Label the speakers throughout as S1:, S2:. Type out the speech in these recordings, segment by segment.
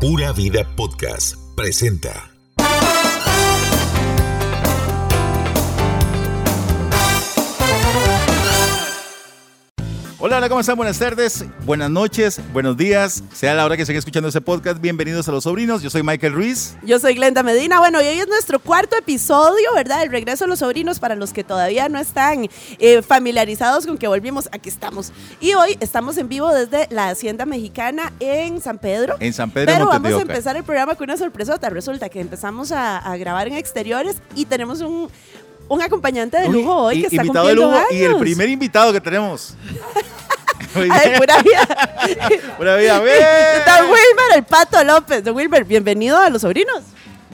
S1: Pura Vida Podcast presenta.
S2: Hola, hola, ¿cómo están? Buenas tardes, buenas noches, buenos días. Sea la hora que estén escuchando este podcast, bienvenidos a Los Sobrinos. Yo soy Michael Ruiz.
S3: Yo soy Glenda Medina. Bueno, y hoy es nuestro cuarto episodio, ¿verdad? El regreso a los sobrinos para los que todavía no están eh, familiarizados con que volvimos. Aquí estamos. Y hoy estamos en vivo desde la Hacienda Mexicana en San Pedro.
S2: En San Pedro de
S3: Pero vamos a
S2: Montedioca.
S3: empezar el programa con una sorpresota. Resulta que empezamos a, a grabar en exteriores y tenemos un, un acompañante de lujo hoy
S2: Y-
S3: que está
S2: invitado de
S3: cumpliendo
S2: lujo y el
S3: años.
S2: primer invitado que tenemos. Muy
S3: Ay,
S2: bien.
S3: pura vida.
S2: Buena vida, ¡Bien!
S3: Don Wilmer, el Pato López. Don Wilmer, bienvenido a Los Sobrinos.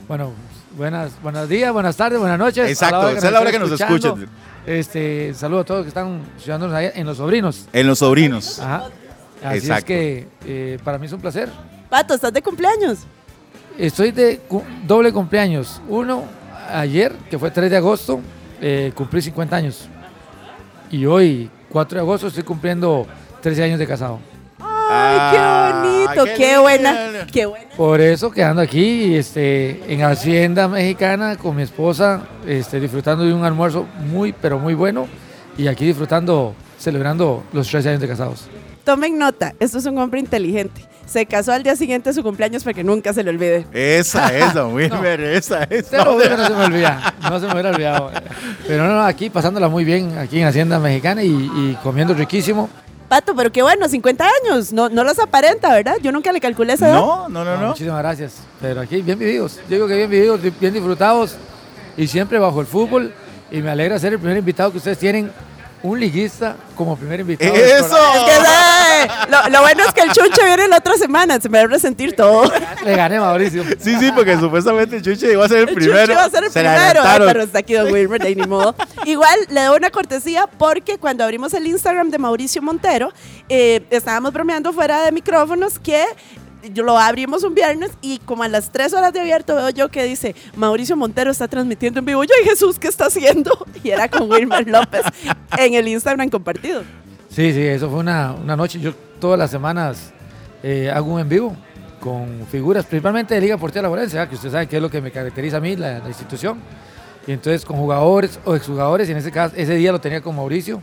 S4: Bueno, buenas, buenos días, buenas tardes, buenas noches.
S2: Exacto,
S4: A
S2: esa es la hora que nos
S4: estén escuchando.
S2: escuchen.
S4: Este, saludo a todos que están escuchándonos ahí en Los Sobrinos.
S2: En Los Sobrinos.
S4: Ajá. Así es
S2: Exacto.
S4: que eh, para mí es un placer.
S3: Pato, ¿estás de cumpleaños?
S4: Estoy de cu- doble cumpleaños. Uno, ayer, que fue 3 de agosto, eh, cumplí 50 años. Y hoy, 4 de agosto, estoy cumpliendo 13 años de casado.
S3: Ay,
S2: Ah,
S3: qué bonito,
S2: qué
S3: qué,
S2: lindo.
S3: buena, qué buena.
S4: Por eso quedando aquí este, en Hacienda Mexicana con mi esposa, este, disfrutando de un almuerzo muy, pero muy bueno. Y aquí disfrutando, celebrando los 13 años de casados.
S3: Tomen nota, esto es un hombre inteligente. Se casó al día siguiente de su cumpleaños para que nunca se le olvide.
S2: Esa es, Don Wilmer, esa es.
S4: Pero
S2: No,
S4: bueno, Este no se me olvida, no se me hubiera olvidado. Pero no, no, aquí pasándola muy bien, aquí en Hacienda Mexicana y, y comiendo riquísimo.
S3: Pato, pero qué bueno, 50 años, no, no los aparenta, ¿verdad? Yo nunca le calculé esa edad.
S2: no, no, no.
S4: No,
S2: no.
S4: Muchísimas gracias. Pero aquí bien vividos. Yo digo que bien vividos, di- bien disfrutados y siempre bajo el fútbol. Y me alegra ser el primer invitado que ustedes tienen, un liguista como primer invitado. del
S2: E ¡Eso!
S4: programa.
S3: Es que, ay, lo, lo bueno es que el chunche viene la otra semana, se me va a resentir todo.
S4: Le gané, Mauricio.
S2: Sí, sí, porque supuestamente el Chuche iba a ser el,
S3: El
S2: primero.
S3: Chucho va a ser el
S2: Se le
S3: primero, ay,
S2: adelantaron.
S3: pero está aquí Don Wilmer, de ahí ni modo. Igual le doy una cortesía porque cuando abrimos el Instagram de Mauricio Montero, eh, estábamos bromeando fuera de micrófonos que yo- lo abrimos un viernes y como a las 3 horas de abierto veo yo que dice Mauricio Montero está transmitiendo en vivo. Yo, ay Jesús, ¿qué está haciendo? Y era con Wilmer López en el Instagram compartido.
S4: Sí, sí, eso fue una, una noche. Yo todas las semanas eh, hago un en vivo con figuras, principalmente de Liga Portera Laborense, ¿verdad? que usted sabe que es lo que me caracteriza a mí, la, la institución. Y entonces con jugadores o exjugadores, y en ese caso, ese día lo tenía con Mauricio.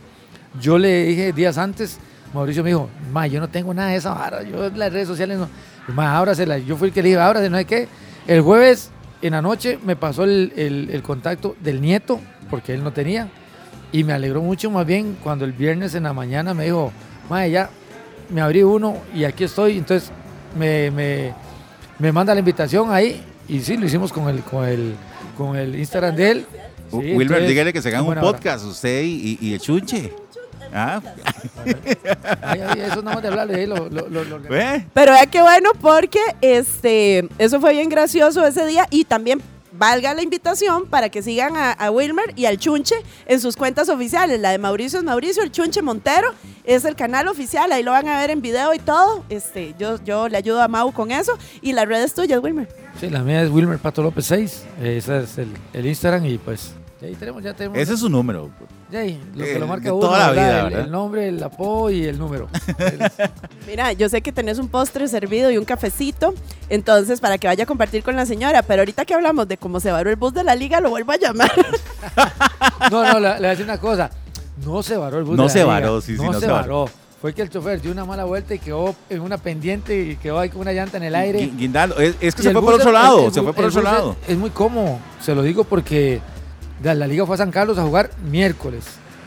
S4: Yo le dije días antes, Mauricio me dijo, ma, yo no tengo nada de esa vara, yo en las redes sociales no. Ma, ábrasela. Yo fui el que le dije, ábrase, no sé qué. El jueves en la noche me pasó el- el- el contacto del nieto, porque él no tenía. Y me alegró mucho más bien cuando el viernes en la mañana me dijo, madre, ya me abrí uno y aquí estoy. Entonces me, me- me manda la invitación ahí y sí, lo hicimos con el, con el, con el Instagram de él. Sí,
S2: Wilmer,
S4: entonces,
S2: dígale que se hagan un
S4: buena hora.
S2: podcast, usted y, y- y el Chuche. Ah,
S4: Ay, ay, eso nada más de hablarle, ahí lo- lo-
S2: ¿Eh?
S4: lo- lo-
S2: ¿ve?
S3: Pero vea qué bueno porque este, eso fue bien gracioso ese día y también valga la invitación para que sigan a, a Wilmer y al Chunche en sus cuentas oficiales. La de Mauricio es Mauricio, el Chunche Montero es el canal oficial, ahí lo van a ver en video y todo. Este, yo, yo le ayudo a Mau con eso y las redes tuyas, Wilmer.
S4: Sí, la mía es Wilmer Pato López 6, ese es el, el Instagram y pues ahí tenemos, ya tenemos.
S2: Ese es su número.
S4: Ya ahí, lo que
S2: el
S4: lo
S2: de
S4: marca uno,
S2: toda la
S4: ¿verdad?
S2: vida,
S4: el,
S2: ¿verdad?
S4: el nombre, el apodo y el número.
S3: Mira, yo sé que tenés un postre servido y un cafecito, entonces para que vaya a compartir con la señora, pero ahorita que hablamos de cómo se varó el bus de la liga, lo vuelvo a llamar.
S4: No, no, le, le voy a decir una cosa. No se varó el bus.
S2: No
S4: de la
S2: se
S4: liga.
S2: varó, sí, sí, no
S4: No
S2: se
S4: se varó. Fue que el chofer dio una mala vuelta y quedó en una pendiente y quedó ahí con una llanta en el aire.
S2: Gui- Guindalo. Es, es que
S4: Y
S2: se
S4: el
S2: fue por
S4: bus
S2: otro
S4: es-
S2: lado.
S4: el
S2: se
S4: bu-
S2: fue por
S4: el
S2: otro
S4: bus es-
S2: lado.
S4: Es, muy cómodo, se lo digo porque la, la liga fue a San Carlos a jugar miércoles.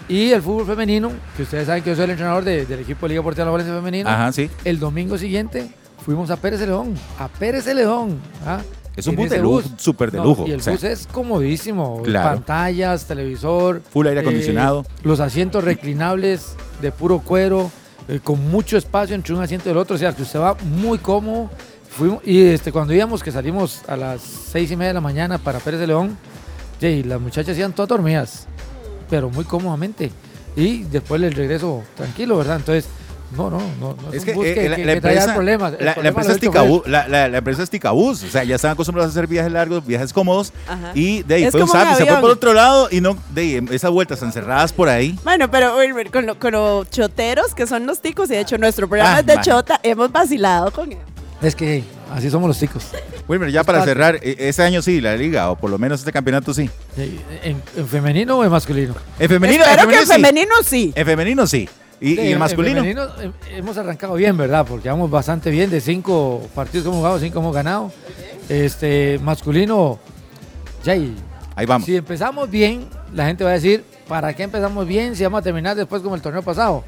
S4: Y el fútbol femenino, que ustedes saben que yo soy el entrenador de- del equipo de Liga Portera Valencia Femenino,
S2: Ajá, sí.
S4: el domingo siguiente fuimos a Pérez de León, a Pérez de León. ¿ah?
S2: Es un
S4: En
S2: bus de
S4: ese
S2: lujo, súper de lujo,
S4: Y el
S2: o sea.
S4: bus es comodísimo,
S2: Claro.
S4: pantallas, televisor,
S2: Full aire
S4: eh,
S2: acondicionado.
S4: los asientos reclinables de puro cuero, eh, con mucho espacio entre un asiento y el otro, o sea que usted va muy cómodo. Fuimos, y este, cuando íbamos, que salimos a las seis y media de la mañana para Pérez de León, sí, y las muchachas iban todas dormidas, pero muy cómodamente. Y después el regreso tranquilo, ¿verdad? Entonces, no, no, no. no
S2: Es
S4: un
S2: que,
S4: bus
S2: eh, la, la
S4: traiga
S2: empresa,
S4: problemas. El
S2: la- la
S4: problema
S2: empresa
S4: lo
S2: es
S4: del chofer.
S2: Ticabús, la, la- la empresa es Ticabús, o sea, ya están acostumbrados a hacer viajes largos, viajes cómodos,
S4: Ah.
S3: Ajá.
S2: y de ahí
S3: Es
S2: fue un
S3: como un
S2: zap, se fue
S3: avión.
S2: por otro lado y no, de ahí, em, esas vueltas encerradas por ahí.
S3: Bueno, pero Wilmer, con, lo- con los choteros que son los ticos, y de hecho nuestro programa
S2: Ah,
S3: es de
S2: ma.
S3: chota, hemos vacilado con él.
S4: Es que Así somos los ticos.
S2: Wilmer, ya para cerrar, e- ese año sí, la liga, o por lo menos este campeonato sí.
S4: Eh, ¿En, en femenino o en masculino?
S2: En femenino,
S3: Espero que en
S2: sí.
S3: femenino sí.
S2: En femenino sí. Y, y
S4: Sí,
S2: en masculino.
S4: femenino, eh, hemos arrancado bien, ¿verdad? Porque vamos bastante bien. De cinco partidos que hemos jugado, cinco hemos ganado. Este, masculino, ya y-
S2: Ahí vamos.
S4: Si empezamos bien, la gente va a decir, ¿para qué empezamos bien si vamos a terminar después como el torneo pasado?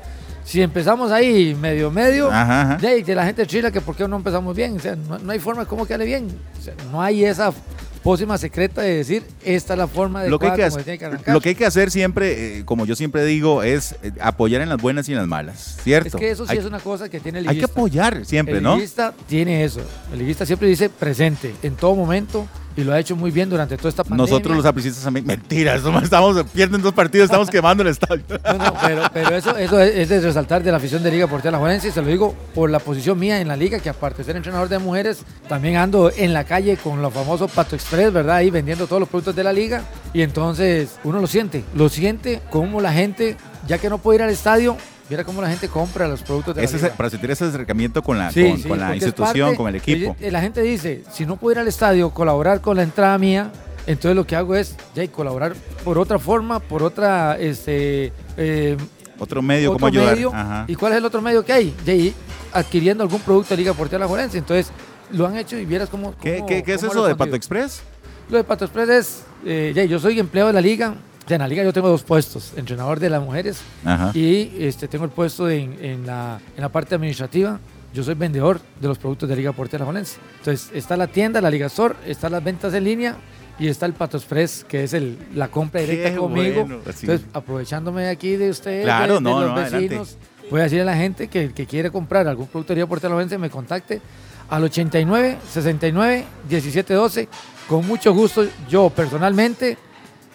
S4: Si empezamos ahí medio medio,
S2: Ajá, ajá.
S4: de ahí que la gente chila que por qué no empezamos bien. O sea, no, no hay forma de cómo quede bien. O sea, no hay esa pócima secreta de decir, esta es la forma de
S2: Lo que, hay que
S4: como
S2: hacer-
S4: se tiene que arrancar.
S2: lo que hay que hacer siempre, eh, como yo siempre digo, es eh, apoyar en las buenas y en las malas, ¿cierto?
S4: es que eso sí
S2: hay,
S4: es una cosa que tiene el
S2: hay que
S4: liguista.
S2: apoyar siempre,
S4: El
S2: ¿no?
S4: liguista tiene eso. El liguista siempre dice presente en todo momento y lo ha hecho muy bien durante toda esta pandemia.
S2: Nosotros los aplicistas también. Mentira, somos- estamos, pierden dos partidos, estamos quemando el estadio.
S4: No, no, pero, pero eso, eso es, es de resaltar de la afición de Liga Portela Juarense, y se lo digo por la posición mía en la liga, que aparte de ser entrenador de mujeres, también ando en la calle con los famosos Pato Express, ¿verdad? Ahí vendiendo todos los productos de la liga. Y entonces uno lo siente, lo siente como la gente, ya que no puede ir al estadio, mira cómo la gente compra los productos de la
S2: Ese es-
S4: liga.
S2: para sentir ese acercamiento con la,
S4: Sí,
S2: Ah, con,
S4: sí,
S2: con la
S4: porque es
S2: institución,
S4: parte-
S2: con el equipo.
S4: oye, La gente dice, si no puedo ir al estadio, colaborar con la entrada mía, entonces lo que hago es ya, y colaborar por otra forma, por otra este, eh,
S2: Otro medio,
S4: otro
S2: ¿cómo ayudar?
S4: medio.
S2: Ajá.
S4: ¿Y cuál es el otro medio que hay? De ahí, adquiriendo algún producto de Liga Portela Juarense. Entonces, lo han hecho y vieras cómo.
S2: ¿Qué,
S4: cómo-
S2: qué- qué es
S4: cómo
S2: eso
S4: lo
S2: de
S4: han
S2: Pato
S4: contigo.
S2: Express?
S4: Lo de Pato Express es. eh, de ahí, yo soy empleado de la Liga. De la Liga yo tengo dos puestos: entrenador de las mujeres
S2: Ajá.
S4: y este, tengo el puesto de- en, en la, en la parte administrativa. Yo soy vendedor de los productos de Liga Portela Juarense. Entonces, está la tienda, la Liga Store, están las ventas en línea. Y está el Pato Express, que es el, la compra
S2: Qué
S4: directa conmigo.
S2: bueno, así.
S4: Entonces, aprovechándome de aquí de ustedes,
S2: Claro,
S4: de, de
S2: no,
S4: los
S2: no, adelante.
S4: vecinos, voy a decir a la gente que el que quiere comprar algún producto de Liga Portela Juarense me contacte al 89 69 17 12. Con mucho gusto, yo personalmente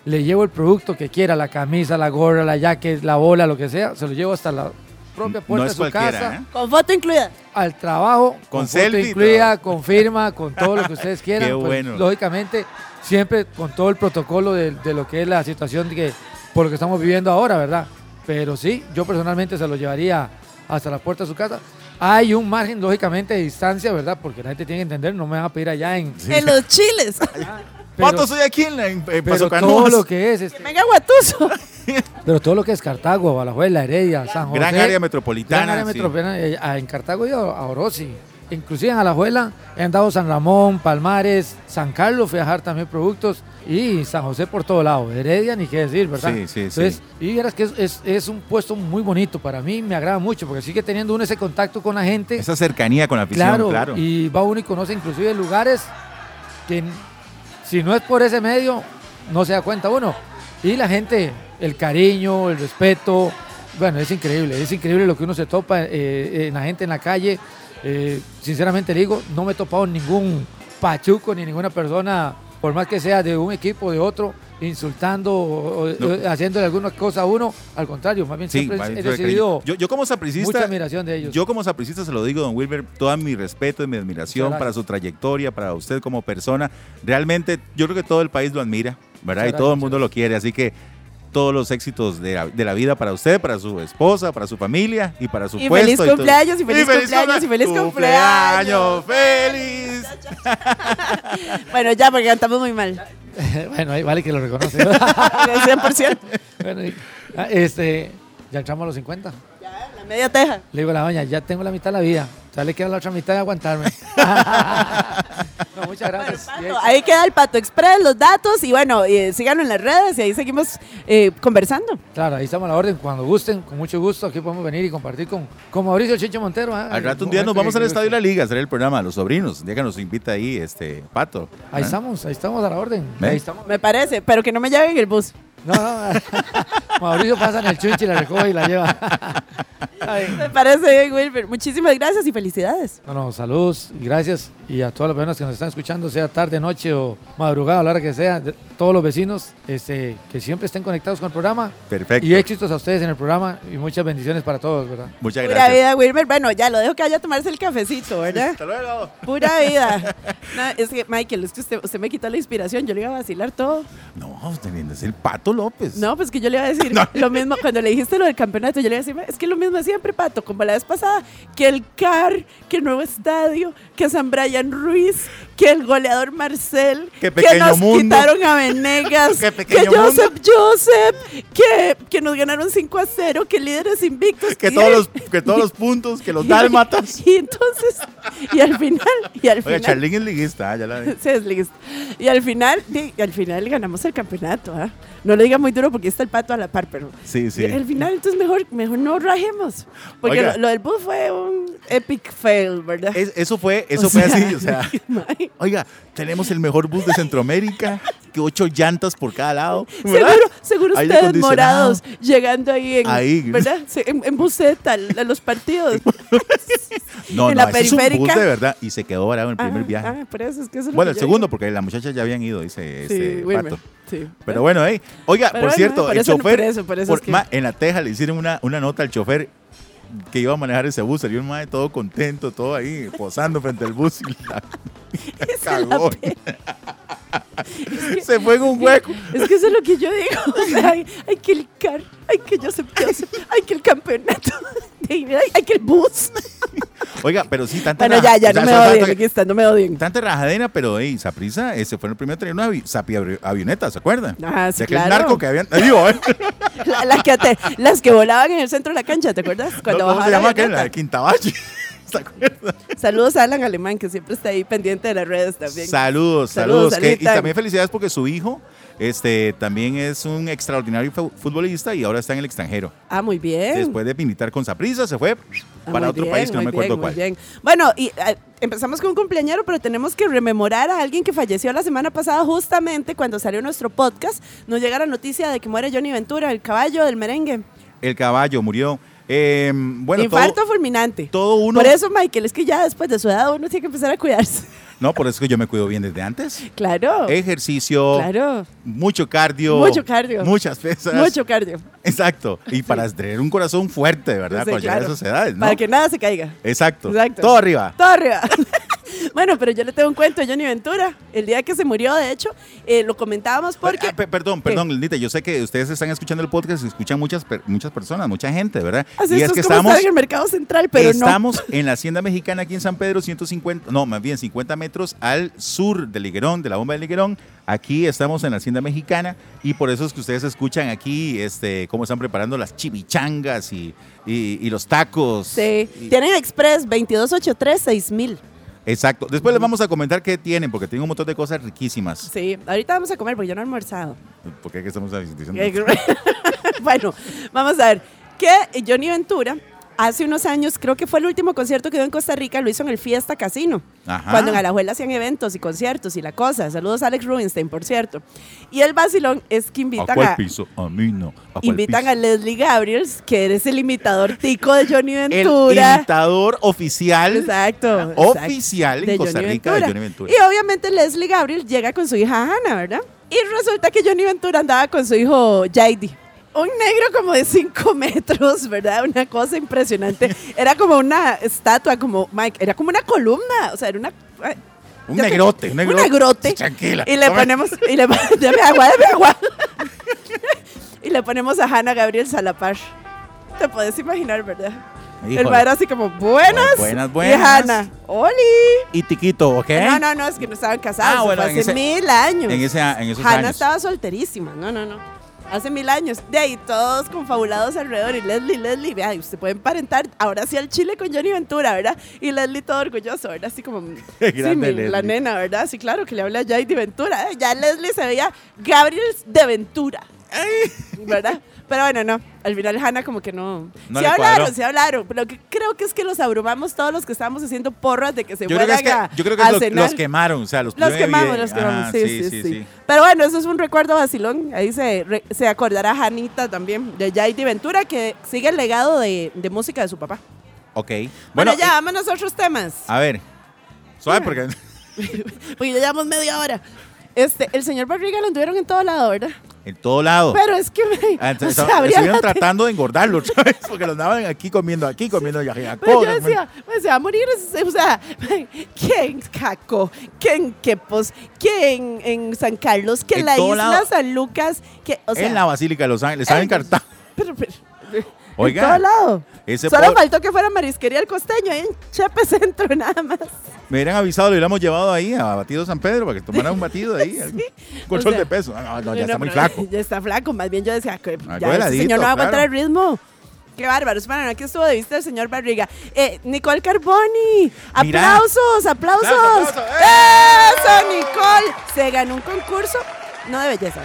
S4: le llevo el producto que quiera, la camisa, la gorra, la jacket, la bola, lo que sea, se lo llevo hasta la propia puerta
S2: No
S4: de
S2: es
S4: su
S2: cualquiera,
S4: casa,
S2: ¿eh?
S3: Con foto incluida.
S4: al trabajo,
S2: Con
S4: foto
S2: selfie,
S4: incluida, con firma, con todo lo que ustedes quieran.
S2: Qué
S4: pues,
S2: bueno.
S4: lógicamente, siempre con todo el protocolo de, de lo que es la situación que, por lo que estamos viviendo ahora, ¿verdad? Pero sí, yo personalmente se lo llevaría hasta la puerta de su casa. Hay un margen, lógicamente, de distancia, ¿verdad? Porque la gente tiene que entender, no me van a pedir allá en...
S3: En los chiles.
S4: pero-
S2: Pato, estoy aquí en, la, en, en
S4: pero
S2: Paso
S4: todo
S2: Canoas.
S4: lo que es... este,
S3: Venga, Guatuso.
S4: Pero todo lo que es Cartago, Balajuela, Heredia, San José.
S2: Gran área
S4: gran
S2: metropolitana.
S4: área
S2: sí.
S4: metropolitana, eh, a- en Cartago y a, a Orosi. Inclusive en Alajuela he andado San Ramón, Palmares, San Carlos, fui a dejar también productos y San José por todo lado. Heredia, ni qué decir, ¿verdad?
S2: Sí, sí, sí.
S4: Entonces, y verás que es, es- es un puesto muy bonito para mí, me agrada mucho porque sigue teniendo uno ese contacto con la gente.
S2: Esa cercanía con la afición,
S4: Claro,
S2: claro.
S4: y va uno y conoce inclusive lugares que n- si no es por ese medio, no se da cuenta uno. Y la gente, el cariño, el respeto, bueno, es increíble, es increíble lo que uno se topa eh, en la gente en la calle. Eh, sinceramente le digo, no me he topado ningún pachuco ni ninguna persona, por más que sea de un equipo o de otro, insultando o, o-
S2: No.
S4: o haciéndole alguna cosa a uno. Al contrario, más bien
S2: Sí,
S4: siempre
S2: vale,
S4: he
S2: yo le
S4: recibido
S2: cariño. yo, yo como
S4: mucha
S2: sapricista,
S4: admiración de ellos.
S2: yo como sapricista se lo digo, don Wilber, todo mi respeto y mi admiración
S4: Muchas
S2: para su trayectoria, para usted como persona. Realmente, yo creo que todo el país lo admira, ¿verdad?
S4: Muchas
S2: y todo el
S4: gracias,
S2: mundo lo quiere, así que todos los éxitos de la, de la vida para usted, para su esposa, para su familia y para su
S3: Y
S2: puesto.
S3: feliz
S2: todo.
S3: cumpleaños, y feliz cumpleaños, y feliz
S2: cumpleaños. ¡Feliz!
S3: Bueno, ya, porque cantamos muy mal.
S4: bueno, ahí vale que lo reconoce.
S3: 100%.
S4: Bueno, y- ah, este, ya entramos a los 50.
S3: Ya, la media teja.
S4: Le digo a la doña, ya tengo la mitad de la vida. Ya le queda la otra mitad de aguantarme. no,
S3: Bueno,
S4: muchas
S2: Pues,
S4: gracias.
S3: Pato, ahí queda el Pato Express, los datos y bueno, eh, síganos en las redes y ahí seguimos eh, conversando.
S4: Claro, ahí estamos a la orden. Cuando gusten, con mucho gusto, aquí podemos venir y compartir con, con Mauricio Chicho Montero. ¿ah?
S2: Al rato un
S4: El
S2: día nos
S4: momento
S2: vamos
S4: que-
S2: al
S4: que
S2: Estadio de la
S4: guste.
S2: Liga a hacer el programa, los sobrinos. Ya que nos invita ahí, este, Pato.
S4: Ahí
S2: ¿eh?
S4: estamos, ahí estamos a la orden.
S2: Ven.
S4: Ahí estamos.
S3: Me parece, pero que no me lleven el bus.
S4: No, no. Mauricio pasa en el chunchi, la recoge y la lleva. Ay.
S3: Me parece bien, Wilber. Muchísimas gracias y felicidades.
S4: No, no, saludos, gracias y a todas las personas que nos están escuchando, sea tarde, noche o madrugada, a la hora que sea, de- todos los vecinos, este, que siempre estén conectados con el programa
S2: ¿Ah? Perfecto.
S4: y éxitos a ustedes en el programa y muchas bendiciones para todos, ¿verdad?
S2: Muchas
S3: Pura
S2: gracias.
S3: vida, Wilmer. Bueno, ya lo dejo que vaya a tomarse el cafecito, ¿verdad?
S2: Hasta luego.
S3: Pura vida. No, es que, Michael, es que usted, usted me quitó la inspiración. Yo le iba a vacilar todo.
S2: No, usted viene, pues, es el pato, López.
S3: No, pues que yo le iba a decir lo mismo. Cuando le dijiste lo del campeonato, yo le iba a decir, es que es lo mismo de siempre, Pato, como la vez pasada, que el CAR, que el nuevo estadio, que San Brian Ruiz, que el goleador Marcel,
S2: Qué
S3: que
S2: pequeño
S3: nos
S2: mundo.
S3: quitaron a Venegas,
S2: Qué
S3: que
S2: pequeño
S3: Joseph Joseph, que, que nos ganaron 5 a 0, que líderes invictos.
S2: Que
S3: Y-
S2: todos los, que todos los puntos, que los dálmatas.
S3: Y entonces, y al final, y al
S2: Oiga,
S3: final.
S2: Charlín es liguista, ah, ya la vi.
S3: Sí, es liguista. Y al final, di- y al final ganamos el campeonato. ¿ah? No lo diga muy duro porque está el pato a la par, pero.
S2: Sí, sí.
S3: y Al final, entonces mejor, mejor no rajemos. Porque
S2: Oiga.
S3: lo, lo del bus fue un epic fail, ¿verdad?
S2: Es- eso fue,
S3: O
S2: eso fue
S3: sea,
S2: así, o sea. Oiga, tenemos el mejor bus de Centroamérica, que ocho llantas por cada lado. ¿verdad?
S3: Seguro, seguro
S2: Aire
S3: ustedes
S2: acondicionado.
S3: morados llegando ahí en,
S2: Ahí.
S3: ¿verdad? Sí, en, en buseta al- a los partidos.
S2: No,
S3: en
S2: no,
S3: la
S2: ese es un bus
S3: periférica.
S2: de verdad y se quedó varado en el primer
S3: Ah,
S2: viaje.
S3: ah, por eso es que eso es lo
S2: bueno, el
S3: que yo
S2: segundo,
S3: digo.
S2: porque las muchachas ya habían ido, dice
S3: Sí,
S2: este
S3: Wilmer,
S2: pato.
S3: sí.
S2: Pero bueno, eh. oiga,
S3: Pero
S2: por
S3: bueno,
S2: cierto,
S3: por
S2: el
S3: eso no-
S2: chofer,
S3: por eso- por eso es que-
S2: ma, en la teja le hicieron una, una nota al chofer que iba a manejar ese bus, salió un mae todo contento, todo ahí, posando frente al bus y la
S3: la
S2: cagó.
S3: pena.
S2: Se fue en un hueco.
S3: Es que eso es lo que yo digo. O sea, hay, hay que el car, hay que Joseph Joseph, hay que el campeonato, hay, hay que el bus.
S2: Oiga, pero sí, tanta
S3: Bueno,
S2: raja-
S3: ya, ya,
S2: o sea,
S3: no me
S2: eso es tanto
S3: odien,
S2: que-
S3: aquí está, no me odien.
S2: Tanta rajadera, pero ey, Saprisa, ese fue el primer tren, una avi- sapi avi- avioneta, ¿se acuerdan?
S3: Ah, sí,
S2: De aquel
S3: claro.
S2: narco que habían. Digo, ¿eh?
S3: La- las que ate- las que volaban en el centro de la cancha, ¿te acuerdas? Cuando
S2: ¿Cómo se
S3: bajaba la
S2: llama aquel? La
S3: avioneta.
S2: de Quintabachi. ¿Se acuerdan?
S3: Saludos a Alan Alemán, que siempre está ahí pendiente de las redes también.
S2: Saludos,
S3: Saludos,
S2: saludos. que- y
S3: Alita.
S2: también felicidades porque su hijo este, también es un extraordinario fu- futbolista y ahora está en el extranjero.
S3: ah, muy bien.
S2: Después de militar con Saprisa, se fue
S3: Ah,
S2: para
S3: muy
S2: otro
S3: bien,
S2: país que no
S3: muy
S2: me acuerdo
S3: bien, muy
S2: cuál.
S3: bien. Bueno, y ah, empezamos con un cumpleañero, pero tenemos que rememorar a alguien que falleció la semana pasada justamente cuando salió nuestro podcast. Nos llega la noticia de que muere Johnny Ventura, el caballo del merengue.
S2: El caballo murió. Eh, bueno,
S3: Infarto
S2: todo,
S3: fulminante.
S2: todo uno.
S3: Por eso, Michael, es que ya después de su edad uno tiene que empezar a cuidarse.
S2: No, por eso que yo me cuido bien desde antes.
S3: Claro.
S2: Ejercicio,
S3: Oh. Claro.
S2: mucho cardio.
S3: Mucho cardio.
S2: Muchas pesas.
S3: Mucho cardio.
S2: Exacto. Y para tener un corazón fuerte, ¿verdad?
S3: Sí,
S2: Para llegar a
S3: claro.
S2: esas edades, ¿no?
S3: Para que nada se caiga.
S2: Exacto.
S3: Exacto.
S2: Todo arriba.
S3: Todo arriba. bueno, pero yo le tengo un cuento de Johnny Ventura. El día que se murió, de hecho, eh, lo comentábamos porque...
S2: Ah, pe- perdón, perdón, Lindita, yo sé que ustedes están escuchando el podcast, y escuchan muchas per- muchas personas, mucha gente, ¿verdad?
S3: Así
S2: y
S3: esto
S2: es que
S3: como
S2: estamos
S3: estar en el mercado central, pero no.
S2: estamos en la hacienda mexicana aquí en San Pedro, 150, no, más bien 50 metros al sur de Liguerón, de la bomba de Liguerón. Aquí estamos en la hacienda mexicana y por eso es que ustedes escuchan aquí este cómo están preparando las chimichangas y, y- y los tacos.
S3: Sí.
S2: Y-
S3: Tienen Express 2283-6000.
S2: exacto. Después les vamos a comentar qué tienen porque tienen un montón de cosas riquísimas.
S3: Sí, ahorita vamos a comer porque yo no he almorzado.
S2: Porque aquí estamos diciendo
S3: bueno, vamos a ver. Que Johnny Ventura, hace unos años, creo que fue el último concierto que dio en Costa Rica, lo hizo en el Fiesta Casino.
S2: Ajá.
S3: Cuando en Alajuela hacían eventos y conciertos y la cosa. Saludos a Alex Rubinstein, por cierto. Y el vacilón es que
S2: ¿A
S3: invitan
S2: cuál
S3: a,
S2: piso? A mí no. ¿A cuál
S3: invitan
S2: piso?
S3: a Leslie Gabriels, que eres el imitador tico de Johnny
S2: el
S3: Ventura.
S2: imitador oficial
S3: Exacto. exacto.
S2: oficial en
S3: De
S2: Costa
S3: Johnny
S2: Rica de Johnny Ventura.
S3: Y obviamente Leslie Gabriel llega con su hija Hannah, ¿verdad? Y resulta que Johnny Ventura andaba con su hijo Jaidi. Un negro como de 5 metros, ¿verdad? Una cosa impresionante. Era como una estatua, como Mike, era como una columna, o sea, era una...
S2: Un
S3: ya te-
S2: negrote, un negrote.
S3: negrote.
S2: Tranquila.
S3: Y le
S2: toma.
S3: ponemos, y le pon- dame agua, dame agua. y le ponemos a Hannah Gabriel Salapar. Te puedes imaginar, ¿verdad?
S2: Híjole.
S3: El padre era así como, buenas.
S2: Buenas,
S3: Y
S2: buenas.
S3: Hannah, oli.
S2: Y Tiquito, ¿ok?
S3: No, no, no, es que no estaban casados.
S2: Ah,
S3: eso
S2: bueno,
S3: fue
S2: en
S3: hace
S2: ese-
S3: mil años.
S2: En, ese, en esos
S3: Hannah
S2: años.
S3: estaba solterísima. No, no, no. Hace mil años. De ahí todos confabulados alrededor. Y Leslie, Leslie, vea, y usted puede emparentar ahora sí al Chile con Johnny Ventura, ¿verdad? Y Leslie todo orgulloso, ¿verdad? Así como.
S2: Qué
S3: sí,
S2: grande
S3: mi- la
S2: Leslie.
S3: nena, ¿verdad? Sí, claro, que le habla a Jade Ventura. ¿eh? Ya Leslie se veía Gabriel de Ventura. ¿Verdad? Pero bueno, no. Al final Hannah como que no.
S2: No
S3: sí
S2: le
S3: hablaron,
S2: cuadró.
S3: sí hablaron. Pero que creo que es que los abrumamos todos los que estábamos haciendo porras de que se
S2: Yo creo que, es
S3: fueran
S2: que,
S3: a,
S2: yo creo que
S3: a
S2: los,
S3: cenar.
S2: los quemaron, o sea, los
S3: Los
S2: pusieron en
S3: quemamos,
S2: evidencia.
S3: los quemamos,
S2: Ajá,
S3: sí sí, sí, Pero bueno, eso es un recuerdo vacilón. Ahí se, re- se acordará Janita también, de Jaidi Ventura, que sigue el legado de, de música de su papá.
S2: Ok.
S3: Bueno,
S2: Bueno,
S3: ya, vámonos a otros temas, Pues
S2: eh, a ver. Suave porque
S3: porque ya llevamos media hora. Este, el señor Barriga lo tuvieron en todo lado, ¿verdad?
S2: en todo lado.
S3: Pero es que me.
S2: Oh. Ah, ent-
S3: o sea,
S2: estaban-
S3: habría
S2: estuvieron
S3: la te-
S2: tratando de engordarlo otra vez, porque lo andaban aquí comiendo aquí, ah, comiendo allá. allá,
S3: Pero yo
S2: cosas,
S3: decía, pues, se va a morir, es- o sea, ¿quién Caco? ¿Quién Quepos? ¿Quién en San Carlos? ¿Quién
S2: En
S3: la
S2: todo
S3: isla
S2: lado.
S3: San Lucas? que o sea,
S2: en la Basílica de Los Ángeles, estaba en
S3: en-
S2: Cartago.
S3: pero- pero-
S2: Oiga,
S3: En todo lado.
S2: ese
S3: Solo
S2: po-
S3: faltó que fuera marisquería el costeño, ahí en Chepe Centro, nada más.
S2: Me hubieran avisado, lo hubiéramos llevado ahí a Batido San Pedro para que tomara un batido ahí. un Control
S3: o sea,
S2: de peso. No, no, no, ya
S3: No,
S2: está muy
S3: pero
S2: flaco.
S3: Ya está flaco, más bien yo decía, que ya
S2: Algo
S3: este
S2: heladito,
S3: señor no va a aguantar
S2: claro.
S3: el ritmo. Qué bárbaro, bueno, aquí estuvo de vista el señor Barriga. Eh, Nicole Carboni,
S2: Mirá.
S3: aplausos, aplausos.
S2: Aplausos, eh. aplausos.
S3: Eso, Nicole. Se ganó un concurso, no de belleza,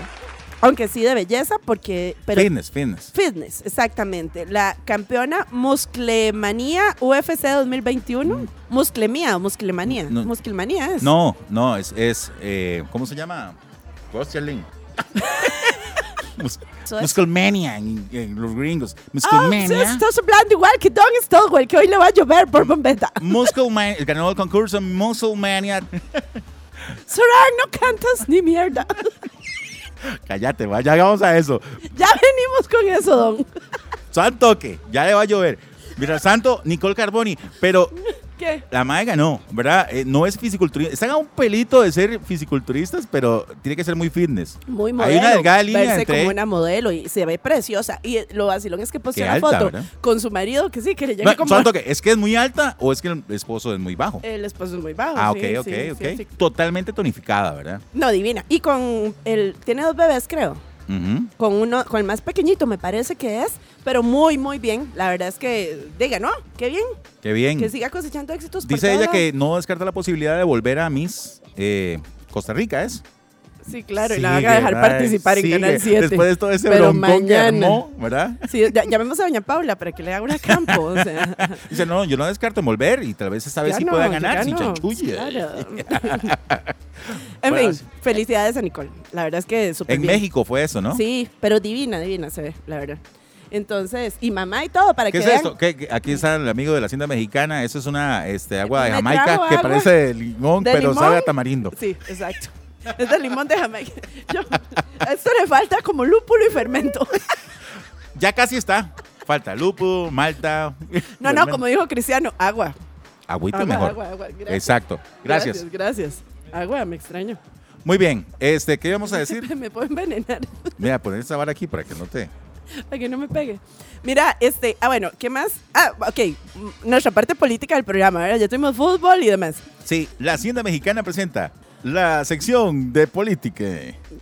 S3: aunque sí de belleza, porque... Pero,
S2: fitness, fitness.
S3: Fitness, exactamente. La campeona Musclemanía UFC 2021. Musclemía o Musclemanía.
S2: Mm. No.
S3: Musclemanía es.
S2: No, no, es, es eh, ¿cómo se llama? Wrestling. Mus-
S3: Eso es.
S2: Musclemania en, en los gringos.
S3: Ah, sí,
S2: Musclemania.
S3: estás hablando igual que Don Stowell, que hoy le va a llover por bombeta.
S2: Musclemania. Ganó el concurso Musclemania.
S3: Soraya, no cantas ni mierda.
S2: Cállate, va, ya vamos a eso.
S3: ya venimos con eso, Don.
S2: Santo que, ya le va a llover. Mira, Santo, Nicole Carboni, pero
S3: ¿Qué?
S2: la madre ganó, ¿verdad? Eh, no es fisiculturista. Están a un pelito de ser fisiculturistas, pero tiene que ser muy fitness.
S3: Muy
S2: Hay
S3: modelo.
S2: una delgada línea
S3: verse
S2: entre-
S3: como una modelo y se ve preciosa. Y lo vacilón es que posteó
S2: Qué
S3: una
S2: alta,
S3: foto
S2: ¿verdad?
S3: con su marido, que sí, que le llega
S2: No,
S3: como...
S2: Santo que, ¿es que es muy alta o es que el esposo es muy bajo?
S3: El esposo es muy bajo.
S2: ah, ok,
S3: sí,
S2: ok,
S3: sí,
S2: ok.
S3: sí, sí.
S2: Totalmente tonificada, ¿verdad?
S3: No, divina. Y con el... Tiene dos bebés, creo.
S2: Ujú.
S3: Con uno, con el más pequeñito me parece que es, pero muy, muy bien. La verdad es que, diga, ¿no? Qué bien.
S2: Qué bien.
S3: Que siga cosechando éxitos. por
S2: Dice
S3: todo
S2: ella
S3: lado.
S2: que no descarta la posibilidad de volver a Miss eh, Costa Rica, ¿es?
S3: Sí, claro, y la
S2: Sigue,
S3: van a dejar
S2: ¿verdad?
S3: participar
S2: Sigue.
S3: en Canal 7.
S2: Después de todo ese
S3: Pero
S2: broncón que
S3: mañana.
S2: armó, ¿verdad?
S3: Sí, ya- llamemos a doña Paula para que le haga una campo. O sea,
S2: Dice, no, yo no descarto en volver y tal vez esta vez
S3: ya
S2: sí
S3: no,
S2: pueda
S3: ya
S2: ganar sin
S3: no,
S2: chanchulle.
S3: claro. en
S2: Bueno,
S3: fin,
S2: sí.
S3: felicidades a Nicole. La verdad es que súper
S2: En
S3: bien.
S2: México fue eso, ¿no?
S3: Sí, pero divina, divina se ve, la verdad. Entonces, y mamá y todo para
S2: ¿Qué
S3: que
S2: es
S3: vean.
S2: esto? ¿Qué- qué- aquí está el amigo de la hacienda mexicana. Eso es una este, agua de
S3: Me
S2: Jamaica
S3: trajo
S2: que
S3: agua
S2: parece de limón,
S3: de
S2: pero
S3: limón.
S2: sabe a tamarindo.
S3: Sí, exacto. Es de limón de Jamaica. Yo- a esto le falta como lúpulo y fermento.
S2: Ya casi está. Falta lupo, malta.
S3: No, no, como dijo Cristiano, agua.
S2: Agüita
S3: Agua,
S2: mejor.
S3: agua, agua. Gracias.
S2: Exacto. Gracias.
S3: Gracias, gracias. Agua, me extraño.
S2: Muy bien. Este, ¿Qué íbamos a decir?
S3: Me puedo envenenar
S2: Mira, poner esta vara aquí para que no te.
S3: para que no me pegue. Mira, este, ah, bueno, ¿qué más? Ah, ok, m- nuestra parte política del programa, ¿verdad? Ya tuvimos fútbol y demás.
S2: Sí, la Hacienda Mexicana presenta la sección de política.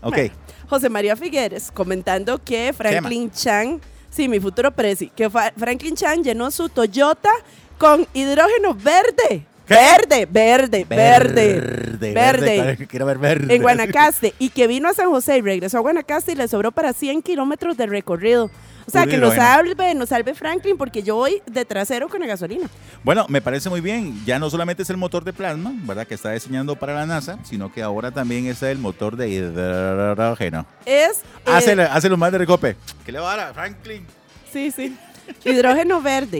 S2: Ok.
S3: Bueno, José María Figueres comentando que Franklin Chan, sí, mi futuro presi, que fa- Franklin Chan llenó su Toyota con hidrógeno verde.
S2: ¿Qué?
S3: Verde, verde, verde,
S2: Verde,
S3: verde.
S2: verde, Quiero ver verde.
S3: En Guanacaste y que vino a San José y regresó a Guanacaste y le sobró para 100 kilómetros de recorrido. O sea,
S2: Puro
S3: que nos
S2: hidrógeno.
S3: salve, nos salve Franklin porque yo voy de trasero con la gasolina.
S2: Bueno, me parece muy bien. Ya no solamente es el motor de plasma, ¿verdad? Que está diseñando para la NASA, sino que ahora también es el motor de hidrógeno.
S3: Es... eh,
S2: Hácelo, hácelo más de recope. ¿Qué le va a dar a Franklin?
S3: Sí, sí. Hidrógeno verde,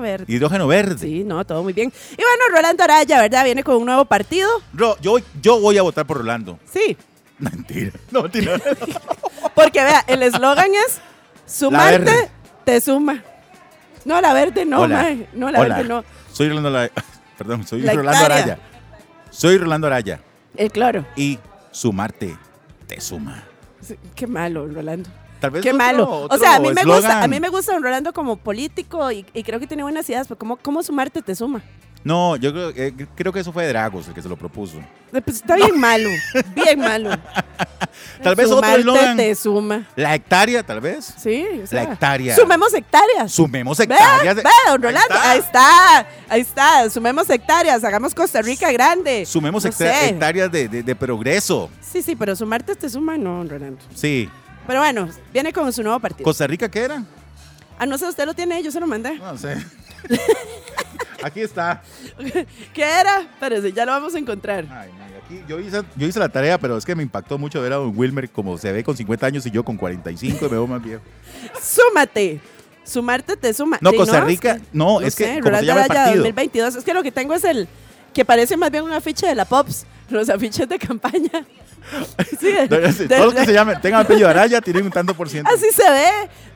S3: verde.
S2: Hidrógeno verde.
S3: Sí, no, todo muy bien. Y bueno, Rolando Araya, ¿verdad? Viene con un nuevo partido.
S2: Ro- yo, voy- yo voy a votar por Rolando.
S3: Sí,
S2: Mentira. No, mentira.
S3: porque vea, el eslogan es
S2: La verde.
S3: sumarte, te suma. No, la verde no,
S2: Hola.
S3: mae. No, la
S2: Hola.
S3: verde no.
S2: Soy Rolando Araya. Perdón, soy
S3: La
S2: Rolando
S3: hectárea.
S2: Araya. Soy Rolando Araya.
S3: El cloro.
S2: Y sumarte te suma.
S3: Sí, Qué malo, Rolando.
S2: Tal vez
S3: Qué
S2: Pues otro-
S3: malo.
S2: otro
S3: o sea, a mí me gusta, a
S2: eslogan.
S3: mí me gusta Don Rolando como político y, y creo que tiene buenas ideas, pero ¿cómo, cómo sumarte te suma?
S2: No, yo creo, eh, creo que eso fue Dragos el que se lo propuso.
S3: Eh, Pues está bien malo, bien malo.
S2: Tal vez otro
S3: Sumarte
S2: eslogan.
S3: te suma.
S2: La hectárea, tal vez.
S3: Sí, o sea,
S2: hectárea.
S3: Sumemos hectáreas.
S2: Sumemos
S3: Ve,
S2: hectáreas.
S3: ve, don Rolando,
S2: Ahí
S3: ahí
S2: está.
S3: está. ahí está, sumemos hectáreas, hagamos Costa Rica grande.
S2: Sumemos
S3: No
S2: hectá-
S3: sé.
S2: hectáreas de, de- de progreso.
S3: Sí, sí, pero sumarte te suma, no, don Rolando.
S2: Sí.
S3: Pero bueno, viene con su nuevo partido.
S2: ¿Costa Rica qué era?
S3: ah, no sé, usted lo tiene, yo se lo mandé.
S2: No sé. aquí está.
S3: ¿Qué era? Espérese, ya lo vamos a encontrar.
S2: Ay, no, y aquí- yo, hice, yo hice la tarea, pero es que me impactó mucho ver a Don Wilmer como se ve con 50 años y yo con 45 y me veo más viejo.
S3: Súmate. Sumarte te suma.
S2: No,
S3: Sí,
S2: Costa
S3: Es
S2: Rica,
S3: que-
S2: no, es que,
S3: sé,
S2: ¿cómo se
S3: Rolando
S2: llama el
S3: Araya
S2: partido?
S3: 2022. Es que lo que tengo es el, que parece más bien un afiche de la Pops, los afiches de campaña. Sí, de- de-
S2: Todos los que se llamen, tengan apellido Araya, tienen un tanto por ciento.
S3: Así se ve.